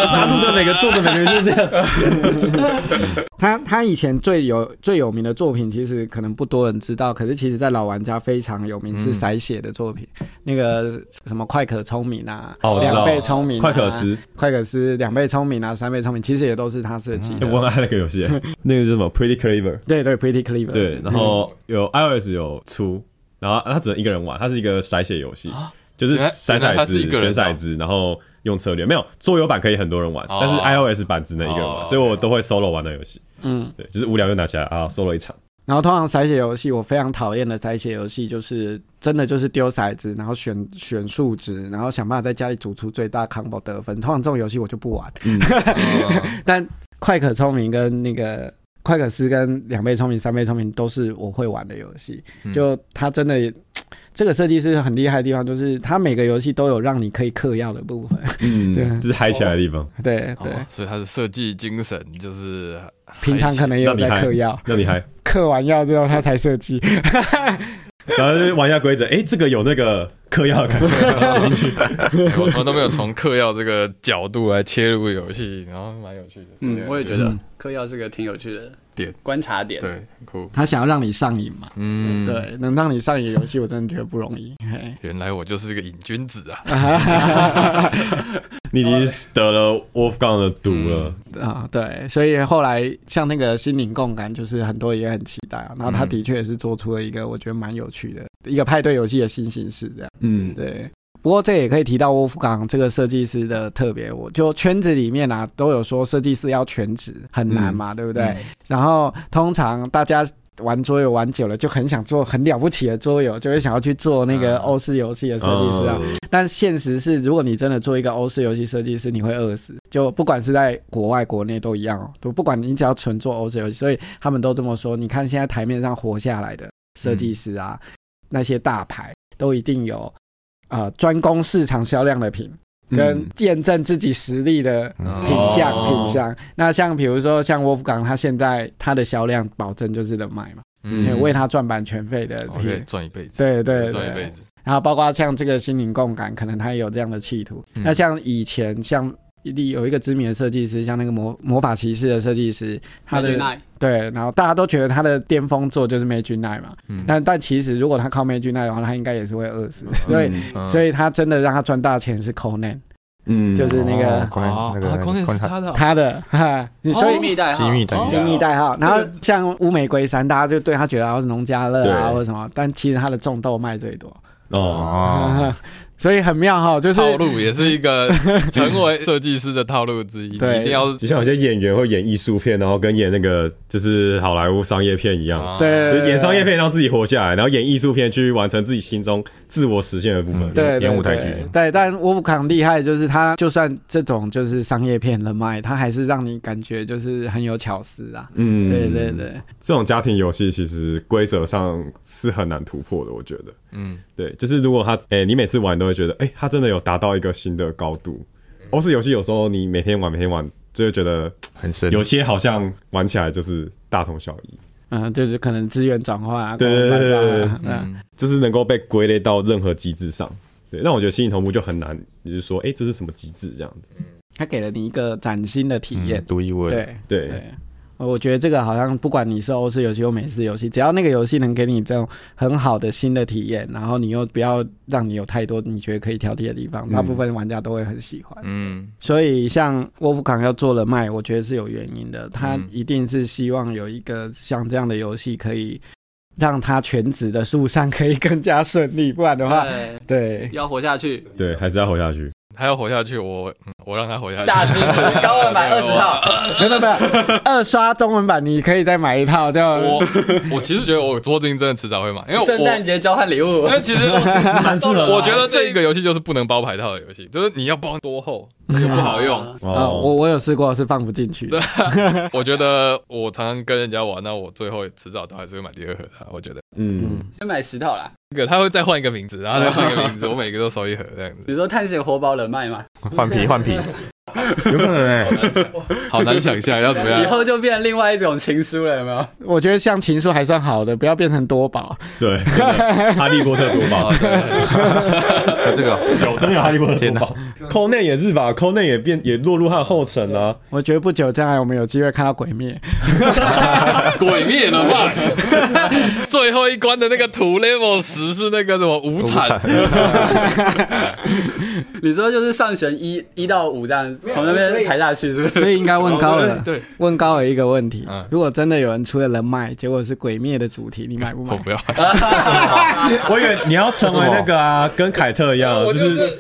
A: 他录的每个作者每个人就是这样， [LAUGHS]
E: 他他以前最有最有名的作品，其实可能不多人知道，可是其实在老玩家非常有名，是
B: 嗯
E: 散写的作品，那个什么快可聪明啊，
A: 哦我知道
E: 两倍聪明、啊
A: 快可，思，
E: 快可思两倍聪明啊，三倍聪明，其实也都是他设计
A: 欸 [LAUGHS]
E: 的。
A: 我很爱那个游
B: [LAUGHS]
A: 戏，那个是什么 Pretty Clever，
E: 对对，Pretty Clever。
A: 对，然后
B: 嗯
A: 有 iOS 有出，然后它只能一个人玩，它是一个骰血游戏，就是
B: 啊原来
A: 骰
B: 原来它
A: 骰
B: 是
A: 子、
B: 一个人
A: 选骰子，然后用策略。没有桌游版可以很多人玩，
B: 哦
A: 但是 iOS 版只能一个人
B: 哦
A: 玩，所以我都会 solo 玩的游戏。
E: 嗯，
A: 对，就是无聊就拿起来啊，solo 一场。
E: 然后通常筛选游戏，我非常讨厌的筛选游戏就是真的就是丢骰子，然后选选数值，然后想办法在家里组出最大 combo 得分。通常这种游戏我就不玩。
B: 嗯
E: 但快可聪明跟那个快可思跟两倍聪明、三倍聪明都是我会玩的游戏。
B: 嗯
E: 就它真的，这个设计师很厉害的地方，就是它每个游戏都有让你可以嗑药的部分。
A: 嗯，
E: 对
A: [LAUGHS] 这是嗨起来的地方，
E: 对对，
B: 哦所以它的设计精神就是
E: 平常可能也有在嗑药，
A: 让你嗨。
E: 嗑完药之后他才设计。
A: 然后就玩一下规则，诶，这个有那个嗑药的感觉， [LAUGHS] 写
B: [LAUGHS]
A: 进去。
B: 我从来都没有从嗑药这个角度来切入游戏，然后蛮有趣的。
D: 嗯，我也觉得
E: 嗯
D: 嗑药是个挺有趣的
B: 点
D: 观察点。
B: 对，很酷。
E: 他想要让你上瘾嘛？
B: 嗯，，
E: 对，能让你上瘾的游戏，我真的觉得不容易。嘿
B: 原来我就是个瘾君子啊！
A: 你已经得了 Wolfgang 的毒了，
E: 啊，对，所以后来像那个心灵共感，就是很多也很期待啊。然后他的确也是做出了一个我觉得蛮有趣的一个派对游戏的新形式，这样
A: 嗯，
E: 对。不过这也可以提到沃夫冈这个设计师的特别，我就圈子里面啊都有说设计师要全职很难嘛，对不对？
B: 嗯
E: 然后通常大家。玩桌游玩久了，就很想做很了不起的桌游，就会想要去做那个
B: 嗯
E: 欧式游戏的设计师啊。
A: 哦
E: 但现实是，如果你真的做一个欧式游戏设计师，你会饿死。就不管是在国外、国内都一样哦，都不管你只要纯做欧式游戏，所以他们都这么说。你看现在台面上活下来的设计师啊，
B: 嗯
E: 那些大牌都一定有呃专攻市场销量的品，
A: 嗯
E: 跟验证自己实力的
G: 嗯
E: 品相、
B: 哦
E: 品相。那像比如说像 Wolfgang，他现在他的销量保证就是人脉嘛，因为为他赚版权费的
B: 嗯我可以赚一辈子，
E: 对对
B: 哦赚一辈
E: 对，
B: 子。
E: 然后包括像这个心灵共感，可能他也有这样的企图。
B: 嗯
E: 那像以前像一定有一个知名的设计师，像那个魔魔法骑士的设计师，他的
D: Magic Knight
E: 对，然后大家都觉得他的巅峰作就是 Magic Night 嘛。
B: 嗯
E: 但但其实如果他靠 Magic Night 的话，他应该也是会饿死。所以
B: 嗯
E: 所以他真的让他赚大钱是 Conan。
A: 嗯，
E: 就是那个
G: 观
B: 哦
G: 那个
B: 啊，关键是
G: 观察
B: 他的哦
E: 他的，哈，你所
D: 机
E: 以
D: 密代号，
G: 机密代
B: 哦
E: 精密代号。然后像乌玫瑰山，大家就对他觉得他是农家乐啊
A: 对
E: 或者什么，但其实他的种豆卖最多，
A: 哦，
G: 哦，
E: [LAUGHS] 所以很妙哈，就是
B: 套路也是一
D: [LAUGHS]
B: 个成为设计师的套路之一，你一
E: 对
B: 定要
A: 就像有些演员会演艺术片，然后跟演那个就是好莱坞商业片一样，
B: 啊
E: 对对
A: 就
E: 对
A: 是
E: 对
A: 演商业片，然后自己活下来，然后演艺术片去完成自己心中自我实现的部分。
G: 嗯
E: 对，
G: 演
E: 对
G: 舞台
E: 对
G: 剧
E: 对，但沃夫康厉害，就是他就算这种就是商业片的卖，他还是让你感觉就是很有巧思啊。
A: 嗯
E: 对对，对，
A: 这种家庭游戏其实规则上是很难突破的，我觉得。
B: 嗯，
A: 对，就是如果他，哎、你每次玩都会觉得，哎、他真的有达到一个新的高度。欧式游戏有时候你每天玩，每天玩，就会觉得
G: 很深。
A: 有些好像玩起来就是大同小异，
E: 嗯，就是可能资源转换啊，
A: 对对对对对
E: 对啊
B: 嗯
A: 就是能够被归类到任何机制上。对，那我觉得心理同步就很难，就是说，哎、这是什么机制这样子？
E: 他给了你一个崭新的体
G: 嗯
E: 验，
G: 独一无二，
E: 对
A: 对，
E: 对。我觉得这个好像不管你是欧式游戏或美式游戏，只要那个游戏能给你这种很好的新的体验，然后你又不要让你有太多你觉得可以挑剔的地方，大部分玩家都会很喜欢。
B: 嗯
E: 所以像沃夫康要做了卖，我觉得是有原因的，他
B: 嗯
E: 一定是希望有一个像这样的游戏可以让他全职的路上可以更加顺利，不然的
B: 呃
E: 话，
D: 对，
E: 对
D: 要活下去，
A: 对，还是要活下去。
B: 他要活下去，我嗯我让他活下去。
D: 大支持，高文版二十套，
E: 没有没有没有，二刷中文版你可以再买一套，
B: [LAUGHS]
E: 就
B: 我我其实觉得我做这件真的迟早会买，因为
D: 圣
B: 我
D: 诞节啊交换礼物
B: 因，为其实
D: [LAUGHS]
A: 蛮适合的
B: [LAUGHS] 我觉得这一个游戏就是不能包牌套的游戏，就是你要包多厚就不好 [LAUGHS] 用。啊
D: 啊。
E: 啊、我
A: 哦，
E: 我有试过是放不进去的，
B: 我觉得我常常跟人家玩，那我最后迟早都还是会买第二盒的。啊我觉得
A: 嗯，
D: 先买十套啦。
B: 这个他会再换一个名字，然后再换一个名字，我每个都收一盒这样
D: 比
B: 子，
D: 如说探险活宝冷卖嘛，
G: 换皮换皮，
A: 有可能哎、
B: 好难想象要怎么
D: [LAUGHS] 以
B: 样。
D: 后就变另外一种情书了，有没有？
E: 我觉得像情书还算好的，不要变成多宝。
A: [LAUGHS] 对，真的哈利波特多宝 [LAUGHS]
B: 哦，对
G: 这个
A: 有真的有哈利波特多
G: 天哪
A: 宝，抠内也是吧，抠内也变也落入他的后尘啊。
E: 我觉得不久将来我们有机会看到鬼
B: [LAUGHS]
E: 灭，
B: 鬼灭了
A: [LAUGHS]
B: 吧？最后一关的那个图 level 十是那个什么无
G: 惨
B: 产，
D: [LAUGHS] 你说就是上弦一一到五这样，从那边抬下去，是不是？
E: 所以应该问高尔，
B: 哦对，
E: 问高尔一个问题
B: 嗯：
E: 如果真的有人出了人脉，结果是鬼灭的主题，你买不
B: [LAUGHS] 我
E: 买？
B: 不要。
A: [LAUGHS] 我以为你要成为那个啊， [LAUGHS] 跟凯特一样，就是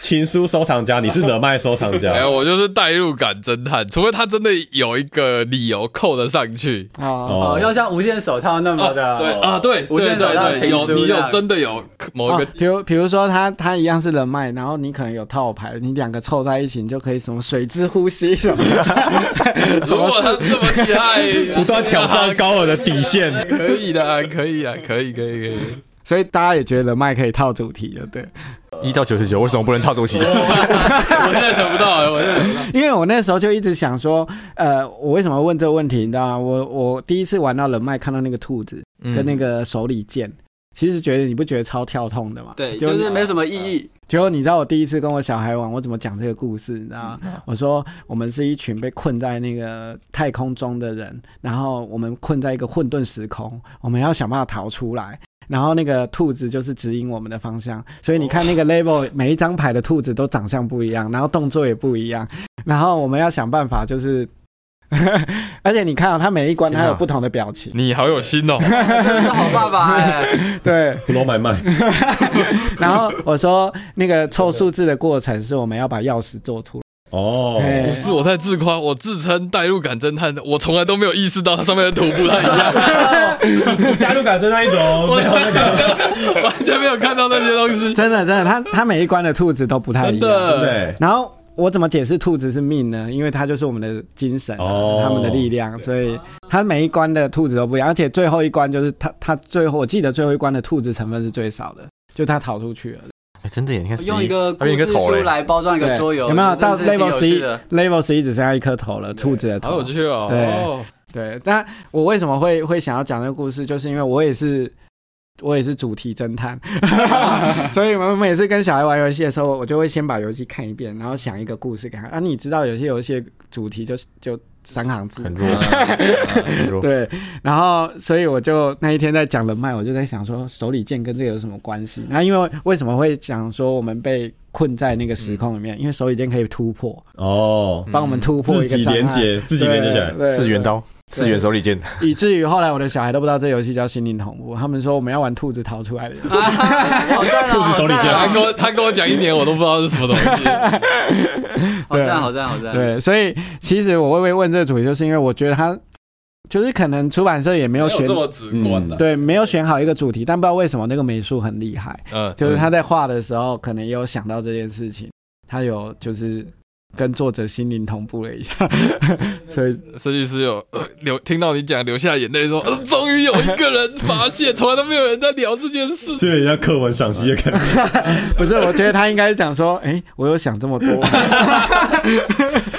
A: 情书收藏家，你是人脉收藏
B: 哎，
A: 家。
B: 我就是代入感侦探，除非他真的有一个理由扣得上去。
E: 哦，
D: 哦，要像无限手套那么的，哦
B: 对啊，对，
D: 无
B: 对
D: 限手套
B: 对对，
D: 情
B: 有
D: 书
B: 你
D: 这
B: 有
D: 样
B: 真的有某一个
A: 啊
E: 哦比如比如说他他一样是人脉，然后你可能有套牌，你两个凑在一起，你就可以什么水之呼吸什
D: [LAUGHS]
E: 么的，
B: [LAUGHS]
E: 什
B: 如
E: 么
B: 果他
E: 事
B: 这么厉害，
A: [LAUGHS] 不断挑战高尔的底 [LAUGHS] 线，
B: [LAUGHS] 可以的啊，可以啊，可以，可以，可以。
E: 所以大家也觉得人脉可以套主题的，
D: [LAUGHS]
E: 对。
G: 一到九十九为什么不能套东西？
B: 我现在想不
D: [LAUGHS]
B: 到，我现在想不到。
E: 因为我那时候就一直想说，呃，我为什么问这个问题？你知道吗？我我第一次玩到人脉，看到那个兔子
B: 嗯
E: 跟
D: 嗯
E: 那个手里剑，其实觉得你不觉得超跳痛的吗？
D: 对，
E: 结
D: 就
E: 果
D: 是
E: 你
D: 没什么意义。
E: 结果你知道我第一次跟我小孩玩，我怎么讲这个故事？你知道吗？我说我们是一群被困在那个太空中的人，然后我们困在一个混沌时空，我们要想办法逃出来。然后那个兔子就是指引我们的方向，所以你看那个 level 每一张牌的兔子都长相不一样，然后动作也不一样，然后我们要想办法就是， [LAUGHS] 而且你看啊，它每一关它
G: 天
E: 有
G: 啊
E: 不同的表情，
B: [LAUGHS] 你好有心
A: [LAUGHS]
B: 哦，
D: 真是好爸爸哎！
E: 对，
A: 不罗买卖，
E: [LAUGHS] 然后我说那个凑数字的过程是我们要把钥匙做出来。
A: 哦，
E: 哎
B: 不是我在自夸，我自称代入感侦探，我从来都没有意识到它上面的图不太一样，
A: 加入感真那一种，
B: 我
A: 没有那 [LAUGHS] 个，
B: 完全没有看到那些东 [LAUGHS] 西。
E: 真的真的，他他每一关的兔子都不太一
B: 真
E: 样。
B: 的，
A: 对，
E: 然后我怎么解释兔子是命呢？因为它就是我们的精神、啊
A: 哦
E: 他们的力量，所以它每一关的兔子都不一样。而且最后一关就是它它最后我记得最后一关的兔子成分是最少的，就它逃出去了。
G: 哎真的耶，你看
D: 用一个故
G: 还有一
D: 事
G: 个头
D: 书
G: 嘞
D: 来包装一个
E: 对
D: 桌游，
E: 有没有
D: 真
E: 到
D: 的是挺
E: level
D: 有
E: 十
D: 趣
E: 一
D: 的
E: ？level 十一只剩下一颗头了，兔子的
B: 好
E: 头
B: 有。趣哦。 [LAUGHS]
E: 对
B: 哦
E: 对，但我为什么会会想要讲这个故事，就是因为我也是。我也是主题侦探， [LAUGHS] 所以我们每次跟小孩玩游戏的时候，我就会先把游戏看一遍，然后想一个故事给他。啊，你知道有些游戏的主题就是就三行字，
G: 很弱，
B: [LAUGHS]
G: 很弱。
E: 对，然后所以我就那一天在讲人脉，我就在想说手里剑跟这个有什么关系？那因为为什么会讲说我们被困在那个时空里面？因为手里剑可以突破，
A: 哦，
E: 帮我们突破
A: 自
E: 一个
A: 己
E: 障
A: 连
E: 碍，
A: 接，自己
E: 对
A: 连接起来，
E: 对
G: 四元刀，四元手里剑，
E: 以至于后来我的小孩都不知道这游戏叫心灵同步，他们说我们要玩兔子逃出来的游戏。
D: 好赞
A: 兔
D: 哦，
A: 子手里剑
B: 嗯他跟我他跟我讲一年，我都不知道是什么东西。
E: [LAUGHS]
D: 好赞，好赞，好赞，
E: 对，所以其实我会不会问这个主题，就是因为我觉得他就是可能出版社也没
B: 没
E: 有
B: 有
E: 选
B: 这么直观的、
E: 对，没有选好一个主题，但不知道为什么那个美术很厉害，
B: 嗯，
E: 就是他在画的时候可能也有想到这件事情，他有就是跟作者心灵同步了一下， [LAUGHS] 所以
B: 设计师有、呃、流听到你讲流下眼泪，说、
E: [LAUGHS]
B: 呃终于有一个人发现，从来都没有人在聊这件事情。
A: 就有点像课文赏析的
E: [LAUGHS]
A: 感觉。
E: 不是，我觉得他应该是讲说，哎、我有想这么多， [LAUGHS]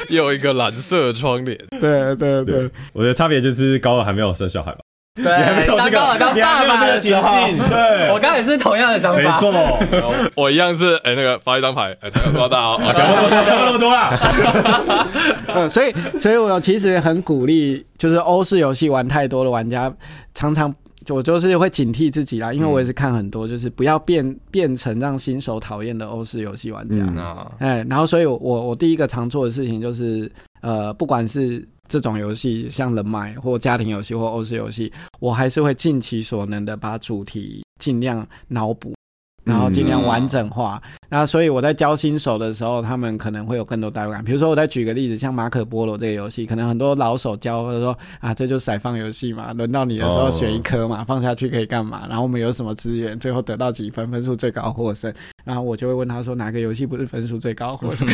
B: 又一个蓝色窗帘，
E: 对对对
A: 对，我的差别就是高二还没有生小孩吧，
D: 对，当高尔当爸爸的时候，
A: 对，
D: 我刚才也是同样的想
A: 没
D: 法，
A: 错，
B: 然后我一样是哎、那个发一张牌，哎、不要大哦，啊
A: 讲
E: [LAUGHS]
A: 那么多，讲那么多啊啦，
E: 嗯，所以所以我其实很鼓励，就是欧式游戏玩太多的玩家，常常。我就是会警惕自己啦，因为我也是看很多，就是不要变变成让新手讨厌的欧式游戏玩家。
G: 嗯
B: 啊
E: 哎，然后所以我，我我第一个常做的事情就是，呃，不管是这种游戏，像人脉或家庭游戏或欧式游戏，我还是会尽其所能的把主题尽量脑补，然后尽量完整化。那所以我在教新手的时候，他们可能会有更多代入感。比如说，我再举个例子，像马可波罗这个游戏，可能很多老手教或者说啊，这就是骰放游戏嘛，轮到你的时候
A: 哦
E: 选一颗嘛，放下去可以干嘛？然后我们有什么资源，最后得到几分，分数最高获胜。然后我就会问他说哪个游戏不是分数最高或者什么？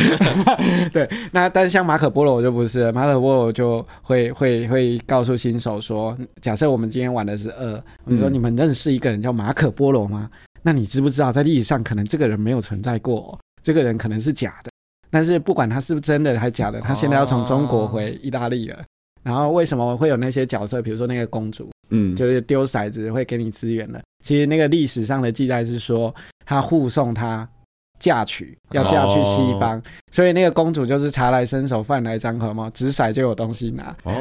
E: 对，那但是像马可波罗我就不是了，马可波罗我就会会会告诉新手说，假设我们今天玩的是二，我就说
A: 嗯
E: 你们认识一个人叫马可波罗吗？那你知不知道在历史上可能这个人没有存在过哦、这个人可能是假的，但是不管他是不是真的还是假的，他现在要从中国回意大利了。然后为什么会有那些角色，比如说那个公主，
A: 嗯，
E: 就是丢骰子会给你资源的。其实那个历史上的记载是说，他护送她嫁娶，要嫁去
B: 哦
E: 西方，所以那个公主就是茶来伸手，饭来张口嘛，掷骰就有东西拿。
A: 哦，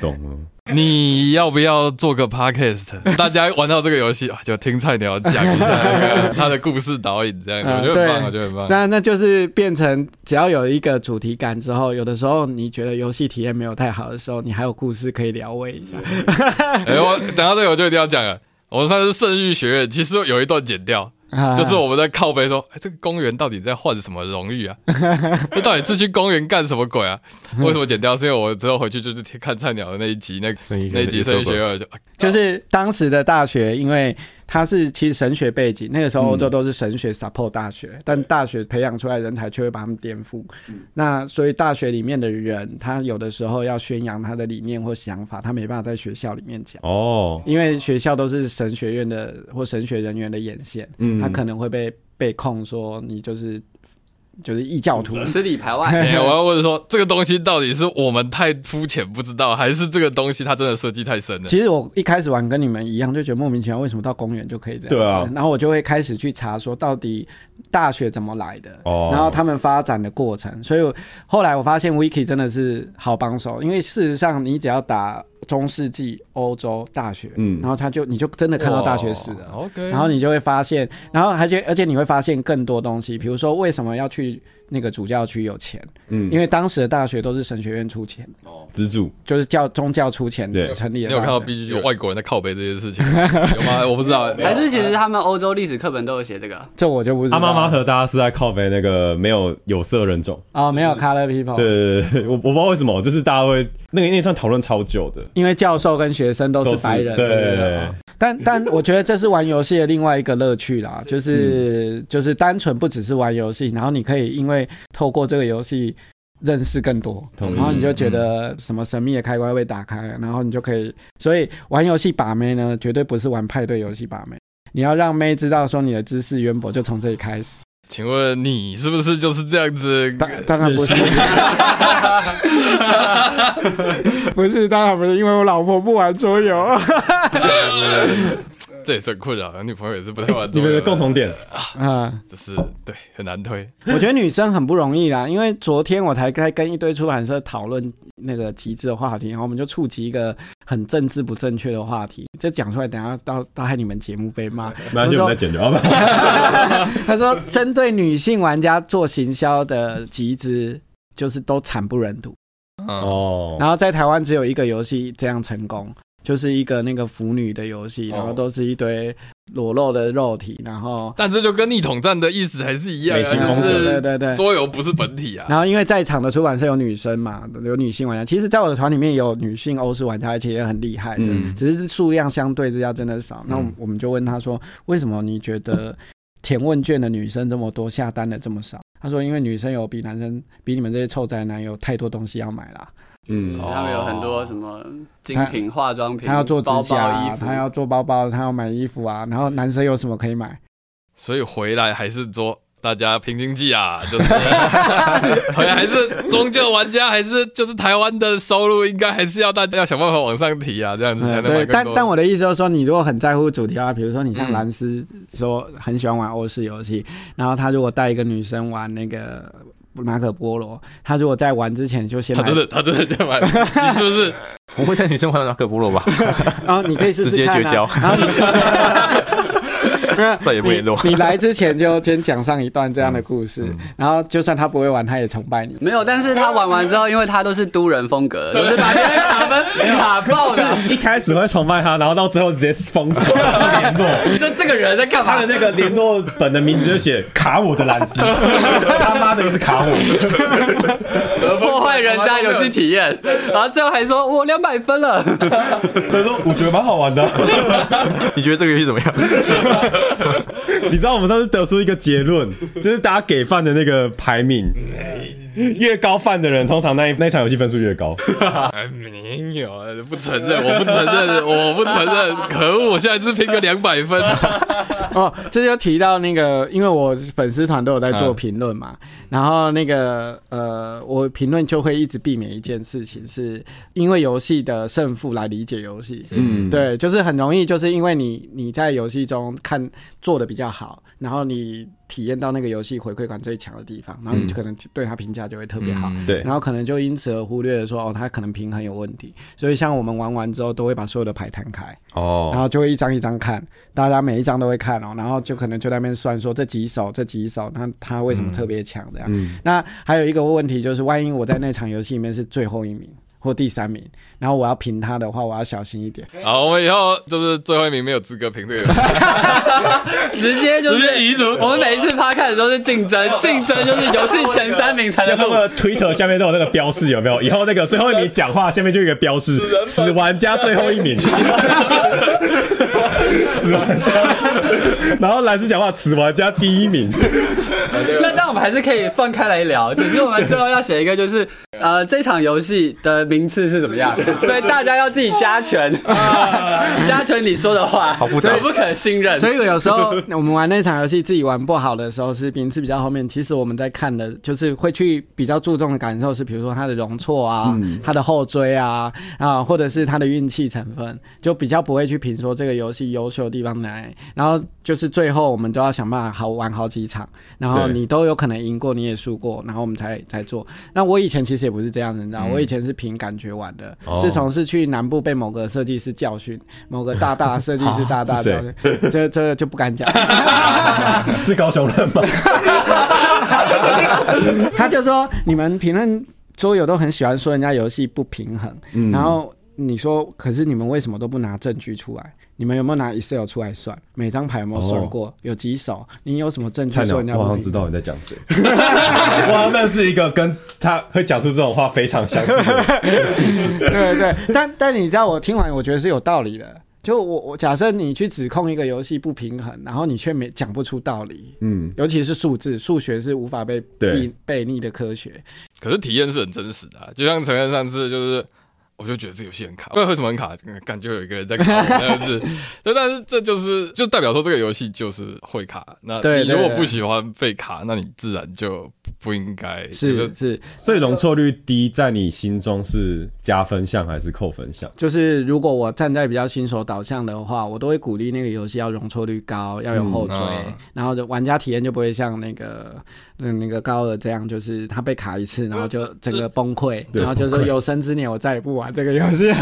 A: 懂了，
B: [LAUGHS] 你要不要做个 podcast？大家玩到这个游戏啊， [LAUGHS] 就听菜鸟讲一下那个他的故事导引，这样
E: 嗯
B: 我觉得很棒，
E: 对
B: 我觉得很棒。
E: 那那就是变成只要有一个主题感之后，有的时候你觉得游戏体验没有太好的时候，你还有故事可以聊慰一下。 [LAUGHS]
B: 哎，我等到这个我就一定要讲了。我上次圣域学院，其实有一段剪掉，
E: 啊
B: 就是我们在靠背说，哎，这个公园到底在换什么荣誉啊？ [LAUGHS] 这到底是去公园干什么鬼啊？为什么剪掉？是因为我之后回去就是听看菜鸟的那一集，那
G: 圣医学
B: 那一集
G: 也
B: 圣
G: 受
B: 域
G: 过
B: 学院就
E: 就是当时的大学，因为它是其实神学背景，那个时候欧洲都是神学 support 大学，但大学培养出来的人才却会把他们颠覆。那所以大学里面的人，他有的时候要宣扬他的理念或想法，他没办法在学校里面讲。
A: 哦，
E: 因为学校都是神学院的或神学人员的眼线，
A: 嗯
E: 他可能会被被控说你就是就是异教徒，
D: 十里排外，
B: 哎、我要问说，这个东西到底是我们太肤浅不知道，还是这个东西它真的设计太深了？
E: 其实我一开始玩跟你们一样，就觉得莫名其妙，为什么到公园就可以这样？
A: 对啊
E: 然后我就会开始去查说到底大学怎么来的，
A: 哦
E: 然后他们发展的过程。所以我后来我发现 Wiki 真的是好帮手，因为事实上你只要打中世纪欧洲大学，
A: 嗯
E: 然后他就你就真的看到大学史了。
B: 哇 OK，
E: 然后你就会发现，然后而且而且你会发现更多东西，比如说为什么要去那个主教区有钱，
A: 嗯，
E: 因为当时的大学都是神学院出钱，
A: 资助，
E: 就是教宗教出钱
A: 对
E: 成立
B: 你
E: 的。
B: 有看到 B G 有外国人在靠背这件事情
E: [LAUGHS]
B: 吗有吗？我不知道，
D: 还是其实他们欧洲历史课本都有写这个，
E: 这我就不知道。
A: 阿啊妈妈和大家是在靠背那个没有有色人种，
E: 哦，没有 color people，
A: 对，对对对，我我不知道为什么，就是大家会那个那算讨论超久的，
E: 因为教授跟学生都
A: 都
E: 是
A: 是
E: 白人，哦
A: 对对对
E: 吧但但我觉得这是玩游戏的另外一个乐趣啦，就是、就是单纯不只是玩游戏，然后你可以因为透过这个游戏。认识更多，
A: 同意
E: 然后你就觉得什么神秘的开关会打开，然后你就可以。所以玩游戏把妹呢，绝对不是玩派对游戏把妹，你要让妹知道说你的知识渊博，就从这里开始。
B: 请问你是不是就是这样子？
E: 当当然不是， [LAUGHS] 不是当然不是，因为我老婆不玩桌游。
B: 这也是很困扰。女朋友也是不太玩
A: 你
B: 桌游
A: 们的共同点，
E: 嗯，
B: 只是对很难推。
E: 我觉得女生很不容易啦，因为昨天我才在跟一堆出版社讨论那个集资的话题，然后我们就触及一个很政治不正确的话题，这讲出来，等一下到到害你们节目被骂。
A: 没关系，我们再剪掉，好不好？
E: 他说，针对女性玩家做行销的集资，就是都惨不忍睹。
B: 嗯，
A: 哦，
E: 然后在台湾只有一个游戏这样成功，就是一个那个腐女的游戏，
B: 哦
E: 然后都是一堆裸露的肉体，然后
B: 但这就跟逆统战的意思还是一样啊，
A: 美型风格
B: 就
E: 对
B: 是
E: 对对。
B: 桌游不是本体啊。
E: 然后因为在场的出版社有女生嘛，有女性玩家。其实，在我的团里面也有女性欧式玩家，而且也很厉害的，
A: 嗯
E: 只是数量相对之下真的少。那我们我们就问他说，为什么你觉得填问卷的女生这么多，下单的这么少？他说，因为女生有比男生比你们这些臭宅男有太多东西要买啦。
A: 嗯，
E: 哦
D: 他们有很多什么精品化妆品，
E: 他要做指
D: 包
E: 甲啊、
D: 包、衣服，
E: 他要做包包，他要买衣服啊。然后男生有什么可以买？
B: 所以回来还是桌，大家拼经济啊，就是 [LAUGHS] 回来还是终究玩家还是就是台湾的收入应该还是要大家要想办法往上提啊，这样子才能买更
E: 对，
B: 多。
E: 但但我的意思就是说，你如果很在乎主题啊，比如说你像蓝斯说很喜欢玩欧式游戏，然后他如果带一个女生玩那个马可波罗，他如果在玩之前就先
B: 他
E: 买，
B: 真的他真的在买，你是不是？
G: 我会带女生玩马可波罗吧，
E: 然后你可以试试
G: 直接
E: 看啊
G: 绝交
E: 然后
G: [LAUGHS]
E: 你没有
G: 再也不联络。嗯
E: 你你来之前就先讲上一段这样的故事，然后就算他不会玩，他也崇拜你。
D: 没有，但是他玩完之后，因为他都是都人风
E: [LAUGHS]
D: 格，就是把别人卡分卡爆了。
A: [LAUGHS] 一开始会崇拜他，然后到最后直接封锁不联 [LAUGHS] 络。
D: 就这个人在干
A: 他
D: 嘛
A: 的？那个联络本的名字就写卡我的 [LAUGHS] 蓝斯，他妈的就是卡我。
D: 破坏人家游戏体验，然后最后还说我两百分
E: [LAUGHS]
D: 了，
A: 他说我觉得蛮好 [LAUGHS] 玩的。
G: [LAUGHS] 你觉得这个游戏怎么样？
A: 你知道我们上次得出一个结论，就是大家给饭的那个排名，越高饭的人，通常那一那一场游戏分数越高。
B: 哎，没有，不承
E: [LAUGHS]
B: 认，我不承认，我不承认，可恶！我下一次拼个两百分，
E: [LAUGHS] 哦，这就提到那个，因为我粉丝团都有在做评论嘛，
A: 嗯
E: 然后那个呃，我评论就会一直避免一件事情，是因为游戏的胜负来理解游戏。
A: 嗯，
E: 对，就是很容易，就是因为你你在游戏中看做的比较好，然后你体验到那个游戏回馈感最强的地方，然后你可能对它评价就会特别好，
A: 嗯对
E: 然后可能就因此而忽略了说哦，它可能平衡有问题，所以像我们玩完之后都会把所有的牌摊开，然
A: 哦，
E: 后就会一张一张看，大家每一张都会看哦，然后就可能就在那边算说这几手这几手，那他为什么特别强这样？那还有一个问题就是，万一我在那场游戏里面是最后一名或第三名，然后我要评他的话，我要小心一点。
B: 好，我们以后就是最后一名没有资格评这个游戏，
D: 直接就是
B: 直接移除
D: 我们每一次他开始都是竞争，
E: [LAUGHS]
D: 竞争就是游戏前三名才
A: 像
D: 能
A: 他
D: 录
A: 们。的 Twitter 下面都有那个标示，有没有？以后那个最后一名讲话下面就有一个标示，死玩家最后一名， [LAUGHS] 死玩家，然后蓝斯讲话，死玩家第一名，
B: 啊
D: 那这样我们还是可以放开来聊，只是我们最后要写一个，就是
B: 啊
D: 呃，这场游戏的名次是怎
B: [LAUGHS]
D: 么样？所以大家要自己加权，加权你说的话，
G: 好复杂
D: 可不可信任？
E: 所以有时
A: [LAUGHS]
E: 候我们玩那场游戏自己玩不好的时候，是名次比较后面。其实我们在看的，就是会去比较注重的感受是，比如说它的容错啊，
A: 嗯
E: 它的后追啊，啊，或者是它的运气成分，就比较不会去评说这个游戏优秀的地方哪里。然后就是最后我们都要想办法好玩好几场，然后
A: 对
E: 你都有可能赢过，你也输过，然后我们才才做。那我以前其实也不是这样的，你知道，我以前是凭感觉玩的。
A: 嗯哦
E: 自从是去南部被某个设计师教训，某个大大设计师大大
A: 是谁
E: 教训。 [LAUGHS] 这这个就
A: [LAUGHS]
E: 不敢讲。
A: 是高雄人吗？
E: 他就说你们评论桌游都很喜欢说人家游戏不平衡，
A: 嗯
E: 然后你说可是你们为什么都不拿证据出来？你们有没有拿 Excel 出来算？每张牌有没有算过？有几手？你有什么
A: [LAUGHS]
E: 证
A: 哦菜
E: 据
A: 鸟，
E: 说人家不
A: 我
E: 平
A: 好
E: 衡
A: 像知道你在讲 [LAUGHS] 谁。我好像认识一个跟他会讲出这种话非常相似的人。 [LAUGHS]
E: 对对，但但你知道，我听完我觉得是有道理的。就我我假设你去指控一个游戏不平衡，然后你却没讲不出道理，
A: 嗯，
E: 尤其是数字，数学是无法被
A: 对
E: 避悖逆的科学。
B: 可是体验是很真实的、啊，就像陈恩上次就是。我我就觉得这游戏很卡。不知道为什么很卡，感觉有一个人在卡我那
E: [LAUGHS]
B: 个字。对，但是这就是就代表说这个游戏就是会卡。那
E: 对
B: 你如
E: 对
B: 果
E: 对
B: 不喜欢被卡，那你自然就不应该
E: 是，
B: 就是
A: 所以容错率低，在你心中是加分项还是扣分项？
E: 就是如果我站在比较新手导向的话，我都会鼓励那个游戏要容错率高，要有后追，
B: 嗯啊
E: 然后就玩家体验就不会像那个那那个高尔这样，就是他被卡一次，然后就整个崩溃，
A: 呃对
E: 然后就说
A: 崩溃
E: 有生之年我再也不玩这个游戏 [LAUGHS] 了。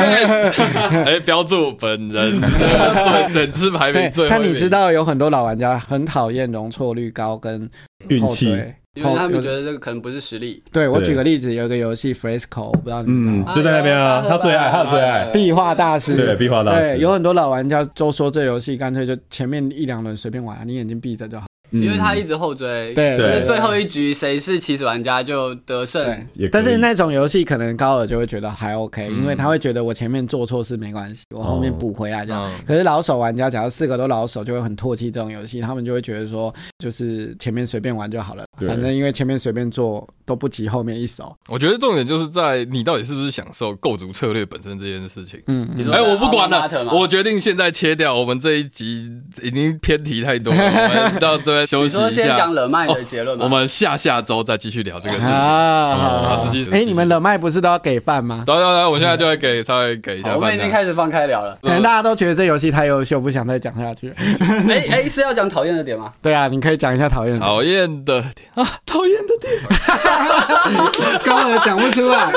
B: 哎，标注本人最本次排名
E: 对
B: 最，后
E: 但
B: 一
E: 你
B: 名
E: 知道有很多老玩家很讨厌容错率高跟
A: 运
E: 后
A: 气
E: 追，
D: 因为他
E: 后
D: 们觉得这个可能不是实力。
E: 对我
A: 对
E: 举个例子，有一个游戏 Fresco，我不知道你们知道吗
A: 嗯，就在那边啊，他最爱，他最爱，
E: 壁画大师，
A: 对，壁画大
E: 对，
A: 师，
E: 有很多老玩家都说这游戏干脆就前面一两轮随便玩，你眼睛闭着就好。
A: 嗯
D: 因为他一直后追，
E: 对
D: 就是
A: 对
D: 最后一局谁是起始玩家就得胜
E: 对。
A: 也可以
E: 但是那种游戏可能高尔就会觉得还 OK，、
B: 嗯
E: 因为他会觉得我前面做错事没关系，我后面补回来这样。
B: 嗯
E: 可是老手玩家，假如四个都老手，就会很唾弃这种游戏，他们就会觉得说，就是前面随便玩就好了，
A: 对
E: 反正因为前面随便做都不及后面一手。
B: 我觉得重点就是在你到底是不是享受构筑策略本身这件事情。
E: 嗯，
D: 你
E: 嗯
D: 说
B: 哎、我不管了
D: Alma Mater 吗，
B: 我决定现在切掉。我们这一集已经偏题太
D: [LAUGHS]
B: 多了，我们到这边休
D: 你
B: 息
D: 说
B: 一
D: 先讲
B: 下。哦
D: 冷麦的结论吧。
B: 我们下下周再继续聊这个事情。对
E: 啊，好
B: 嗯
E: 好
B: 实
E: 好
B: 际实际
E: 哎，你们冷麦不是都要给饭吗？
B: 对对，我现在就会给稍微给一下
D: 好
B: 饭。
D: 我们已经开始放开聊了。
E: 可能大家都觉得这游戏太优秀，不想再讲下去。
D: 哎哎，是要讲讨厌的点吗？
E: 对啊，你可以讲一下讨厌的。
B: 讨厌的点啊，讨厌的点，
E: 高尔讲不出来，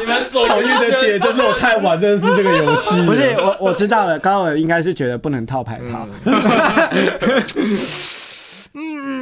B: 你们总
A: 讨厌的点就是我太晚认识这个游戏，
E: 不是我我知道了，高尔应该是觉得不能套牌套。 [LAUGHS]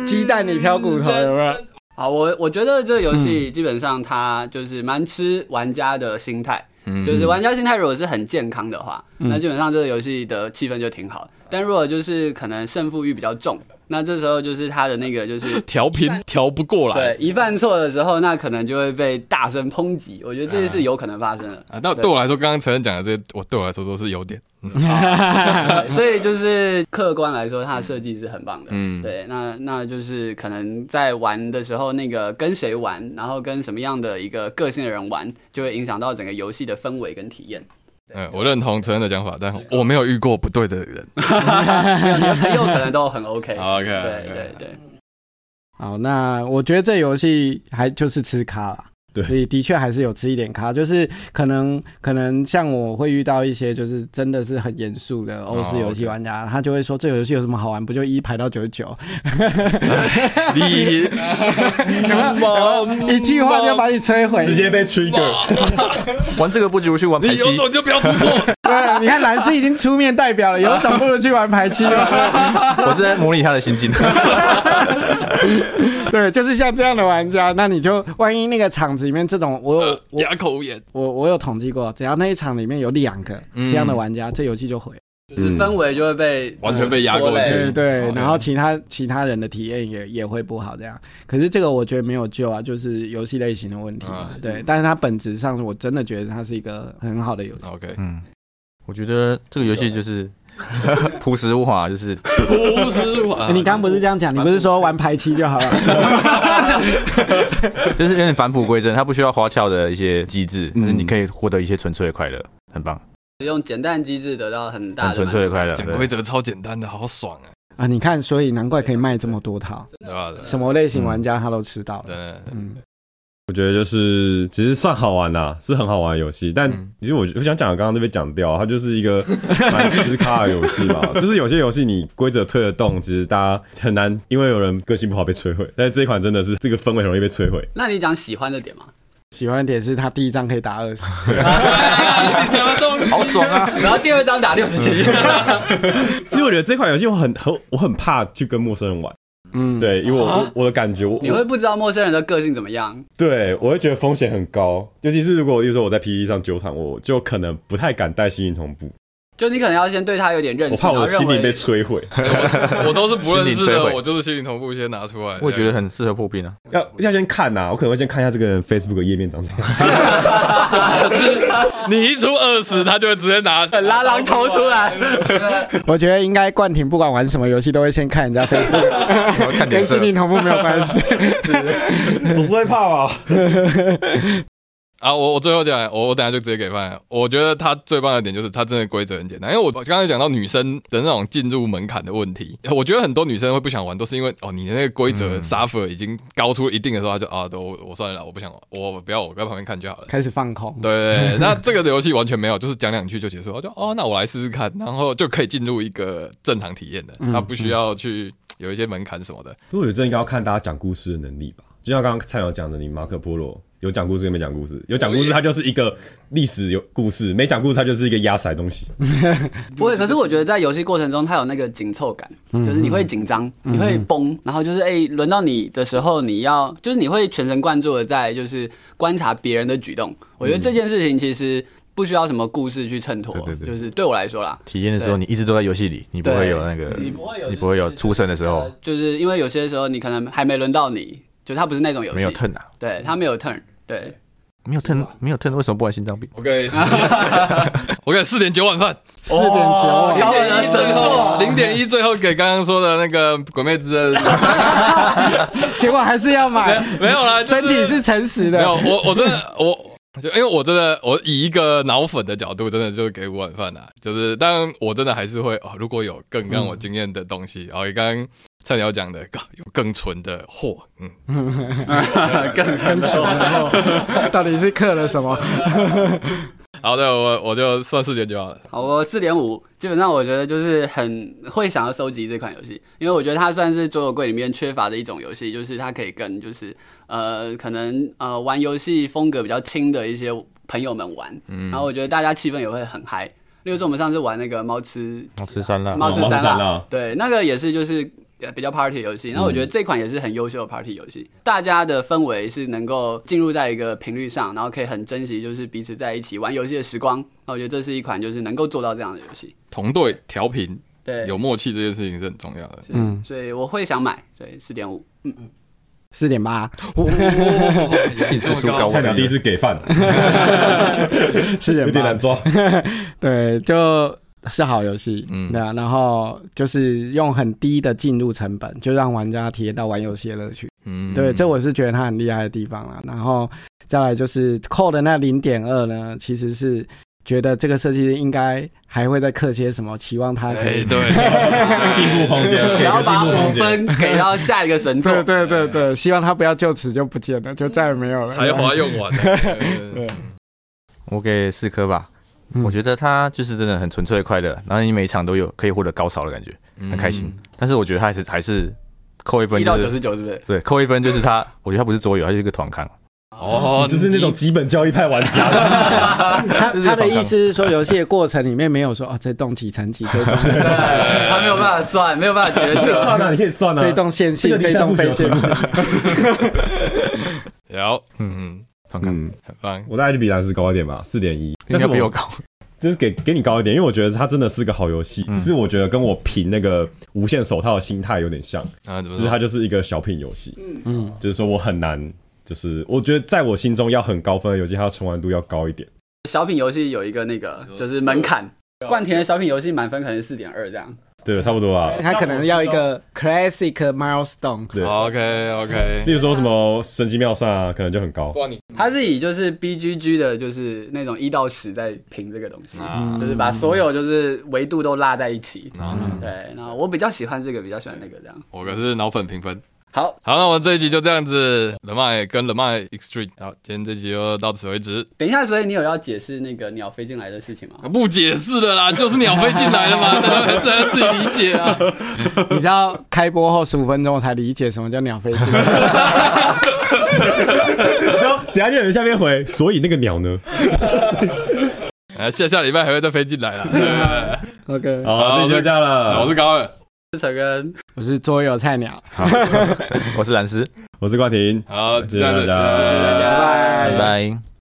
E: 鸡蛋里挑骨头有没有？
D: 好，我我觉得这个游戏基本上它就是蛮吃玩家的心态，
B: 嗯
D: 就是玩家心态如果是很健康的话，那基本上这个游戏的气氛就挺好。但如果就是可能胜负欲比较重，那这时候就是它的那个就是
B: 调频调不过 [LAUGHS] 来
D: 对，一犯错的时候，那可能就会被大声抨击。我觉得这件事有可能发生
B: [LAUGHS]
D: 的。
B: 啊。那对我来说，刚刚陈恩讲的这些，我对我来说都是优点。
D: 对所以就是客观来说，它的设计是很棒的。
B: 嗯
D: 对，那那就是可能在玩的时候，那个跟谁玩，然后跟什么样的一个个性的人玩，就会影响到整个游戏的氛围跟体
B: [LAUGHS]
D: 验。
B: 嗯，我认同陈恩的讲法，但我没有遇过不对的人。
D: 没有你的朋友可能都很 OK。
B: OK，
D: 对对对，
E: 好，那我觉得这游戏还就是吃咖啦。
A: 对
E: 所以的确还是有吃一点咖，就是可能可能像我会遇到一些就是真的是很严肃的欧式游戏
B: OK
E: 玩
A: 哦
E: 家，他就会说这游戏有什么好玩？不就一排到九十九，
B: 你
E: 然后一句话就把你摧毁，
A: 嗯直接被 trigger，
G: 玩这个不如去玩
B: 你
G: 排
B: 有
G: 期，
B: 种就不要出错。
E: 对，你看蓝斯已经出面代表了，有种不如去玩排期了。
G: 我正在模拟他的心境。
E: [LAUGHS] 对，就是像这样的玩家，那你就万一那个场子里面这种，我
B: 呃
E: 有我
B: 哑口无言。
E: 我我有统计过，只要那一场里面有两个
B: 嗯
E: 这样的玩家，这游戏就毁。
D: 就是氛围就会被
B: 完全被压过去
D: 拖累
E: 对对，
B: 好
E: 然后其他其他人的体验也也会不好这样。可是这个我觉得没有救啊，就是游戏类型的问题嘛。
B: 嗯
E: 对，但是它本质上，我真的觉得它是一个很好的游戏。
G: [LAUGHS]
B: OK，
G: 嗯，我觉得这个游戏就是 [LAUGHS] 朴实无华，就是
B: 不是啊
E: 诶哎你刚不是这样讲，你不是说玩排期就
B: [LAUGHS]
E: 好了？ [LAUGHS]
G: 就是有点返璞归真，它不需要花俏的一些机制，但是你可以获得一些纯粹的快乐，很棒，
D: 用简单机制得到很大的
G: 很
D: 满
G: 纯
D: 足
G: 粹的快乐。
B: 讲
G: 对
B: 规则超简单的，好爽啊，
E: 啊，你看，所以难怪可以卖这么多套，
D: 嗯
B: 对吧？
E: 什么类型玩家他都吃到 [LAUGHS]
B: 对，
E: 了。嗯，
A: 我觉得就是其实算好玩呐、是很好玩的游戏，但
B: 嗯
A: 其实我我想讲的刚刚都被讲掉，它就是一个 [LAUGHS] 蛮吃咖的游戏
E: [LAUGHS]
A: 嘛。就是有些游戏你规则推得动，其实大家很难，因为有人个性不好被摧毁。但是这一款真的是这个氛围很容易被摧毁。
D: 那你讲喜欢的点嘛？
E: 喜欢的点是他第一张可以打二十，
D: 你什么东西？
G: 好爽啊！
D: 然后第二张打六十七，
A: 其实我觉得这款游戏我很很我很怕去跟陌生人玩，
E: 嗯，，
A: 对，因为我、我我的感觉我
D: 啊你会不知道陌生人的个性怎么样。
A: 对，我会觉得风险很高，尤其是如果，例如说我在 PPT 上纠缠，我就可能不太敢带幸运同步，
D: 就你可能要先对他有点认
A: 我
D: 识，
A: 怕
D: 然
A: 我
D: 后
A: 的心
D: 认
A: 灵被
D: 为
A: 摧毁。
B: [LAUGHS] 我都是不认识
G: 心灵摧
B: 的，
G: 毁
B: 我就是心灵同步先拿出来。
G: 我觉得很适合破冰啊，
A: 要要先看呐、我可能会先看一下这个人 Facebook 页面长什么
D: [LAUGHS]
A: 样。
B: 对你一出二十，他就会直接拿
D: 嗯拉榔头出来。
E: 我觉得应该冠廷不管玩什么游戏都会先看人家 Facebook，
G: 我要看
E: 跟
G: 脸色
E: 心。灵同步没有关系。
A: 总是会怕吧？
B: 啊，我我最后讲，我我等下就直接给范。我觉得他最棒的点就是他真的规则很简单，因为我刚才讲到女生的那种进入门槛的问题，我觉得很多女生会不想玩，都是因为哦，你的那个规则 suffer 已经高出一定的时候，他就啊，都我我算了啦，我不想玩，我不要，我在旁边看就好了。
E: 开始放空。
B: 对，那这个的游戏完全没有，就是讲两句就结束。我就哦，那我来试试看，然后就可以进入一个正常体验的，他不需要去有一些门槛什么的。
A: 因为我觉得这应该要看大家讲故事的能力吧。就像刚刚蔡友讲的，你马可波罗有讲故事跟没讲故事，有讲故事他就是一个历史有故事，没讲故事他就是一个压塞东西。
D: 不会，可是我觉得在游戏过程中，它有那个紧凑感，
G: 嗯
D: 就是你会紧张，你会崩，然后就是哎，轮、到你的时候，你要就是你会全神贯注的在就是观察别人的举动。我觉得这件事情其实不需要什么故事去衬托，
G: 嗯对对对
D: 就是对我来说啦，
G: 体验的时候，你一直都在游戏里，你不会有那个，
D: 你不会有
G: 你不会有出生的时候
D: 呃就是因为有些时候你可能还没轮到你，就它不是那种游戏，
G: 没有 turn 啊，
D: 对，它没有 turn，对，
G: [LAUGHS]
D: [LAUGHS]
G: 没有 turn，没有 turn，为什么不玩心脏病？
B: 我给四，我给四点九碗饭。
E: [LAUGHS] 四点九
D: 哦
E: 万
D: 高人的神
B: 最后
D: 作
B: 零点一，最后给刚刚说的那个鬼妹子的，
E: 结果还是要买，
B: [LAUGHS] 没有啦，就是
E: 身体是诚实
B: 没有。
E: 的。
B: 我我真的我。就因为我真的，我以一个脑粉的角度，真的就是给五碗饭啦、就是，但我真的还是会哦，如果有更让我惊艳的东西，然后刚刚菜鸟讲的，有更纯的货，嗯，
D: 更更
E: 球，然后到底是刻了什么？
B: 好的，我我就算四点就好了。
D: 好，我四点五，基本上我觉得就是很会想要收集这款游戏，因为我觉得它算是桌游柜里面缺乏的一种游戏，就是它可以跟就是呃可能呃玩游戏风格比较轻的一些朋友们玩，然后我觉得大家气氛也会很嗨。例如说我们上次玩那个猫吃
G: 我吃酸辣，
D: 猫吃
A: 哦猫吃
D: 三
A: 三
D: 辣
A: 辣，
D: 对，那个也是就是呃比较 party 游戏。那我觉
A: 嗯
D: 得这款也是很优秀的 party 游戏，大家的氛围是能够进入在一个频率上，然后可以很珍惜就是彼此在一起玩游戏的时光。那我觉得这是一款就是能够做到这样的游戏。
B: 同队调频
D: 对，
B: 有默契这件事情是很重要 [LAUGHS] 的。
E: 嗯，
D: 所以我会想买，对，四点五。
E: [LAUGHS]
D: 嗯
E: 四点 [LAUGHS] 八，
D: [LAUGHS]
G: 一直输高
A: 菜鸟第一次给饭，
E: 四点
A: 有点
E: 八
A: 难，抓。
E: 对，就是好游戏，嗯，对啊，然后就是用很低的进入成本，就让玩家体验到玩游戏的乐趣。
B: 嗯，
E: 对，这我是觉得它很厉害的地方啦。然后再来就是扣的那零点二呢，其实是觉得这个设计师应该还会再刻些什么，期望他可
B: 哎
E: 以。
B: 对，哎
A: 进步空间，
D: 只
A: 给
D: 要
A: 个进
D: 把
A: 步
D: 五
A: 空间。
D: 分给到下一个
E: [LAUGHS]
D: 神
E: 对
D: 作，
E: 对对对，希望他不要就此就不见了，就再也没有了。
B: 才华用嗯完了。对
G: 我给四颗吧。
E: 嗯
G: 我觉得它就是真的很纯粹快乐，然后你每一场都有可以获得高潮的感觉，
B: 嗯
G: 很开心。但是我觉得它还是还是扣一
D: [LAUGHS]
G: 分、
D: 一
G: 就
D: 到
G: 是，
D: 九十九是不是？
G: 对，扣一分就是它，我觉得它不是桌游，它就是一个团康。
B: 哦，
A: [LAUGHS] 就是那种基本教育派玩家，
E: 他
G: 就是
E: 他的
G: 反抗
E: 意思是说，游戏的过程里面没有说哦，这栋几层几，这 [LAUGHS] 栋
D: 对，他没有办法算，没有办法决
A: 可以
D: 定。
A: 算啊，你可以算啊。
E: 这栋线性，这
A: 这个
E: 栋非线
A: 第
E: 性。
B: 有，嗯，
G: 团康，
A: 嗯，
B: 很棒。
A: 我大概就比蓝斯高一点吧，四点一。
G: 应
A: 但
G: 该
A: 是
G: 比我
A: 我
G: 高。
A: 就是给给你高一点，因为我觉得它真的是个好游戏，只是我觉得跟我评那个无限手套的心态有点像，
B: 啊，怎
A: 就
B: 么
A: 是它
B: 说？
A: 就是一个小品游戏。嗯嗯，就是说我很难，就是我觉得在我心中要很高分的游戏，它的重玩度要高一点。
D: 小品游戏有一个那个就是门槛，
B: 啊
D: 冠田的小品游戏满分可能四点二这样。
A: 对，差不多啦。
E: 他可能要一个 classic milestone，
A: 对
B: OK OK，
A: 例如说什么神机妙算啊，可能就很高。
B: 哇你
D: 它是以就是 B G G 的，就是那种一到十在评这个东西，
B: 啊
D: 就是把所有就是维度都拉在一起。对，然后我比较喜欢这个，比较喜欢那个这样。
B: 我可是脑粉评分。
D: 好，
B: 好，那我们这一集就这样子，冷麦跟冷麦 Extreme，好，今天这集就到此为止。
D: 等一下，所以你有要解释那个鸟飞进来的事情吗？
B: 不解释了啦，就是鸟飞进来了
A: [LAUGHS]
B: 嘛，大家自然自己理解啊。
E: 你知道开播后十五分钟我才理解什么叫鸟飞机。
A: 然后等一下就有人下面回，所以那个鸟呢？
B: 呃，下下礼拜还会再飞进
A: [LAUGHS]
B: 来啦。对对对
E: [LAUGHS] OK，
A: 好，这集就这样
B: 好我
A: 了。
B: 是高二，
D: 是陈跟
E: 我是桌游菜鸟，
G: [LAUGHS] 我是蓝斯，
A: 我是冠廷，
B: 好，
A: 谢
B: 这
A: 谢
B: 样子
A: 大。家。
D: 拜
G: 拜拜。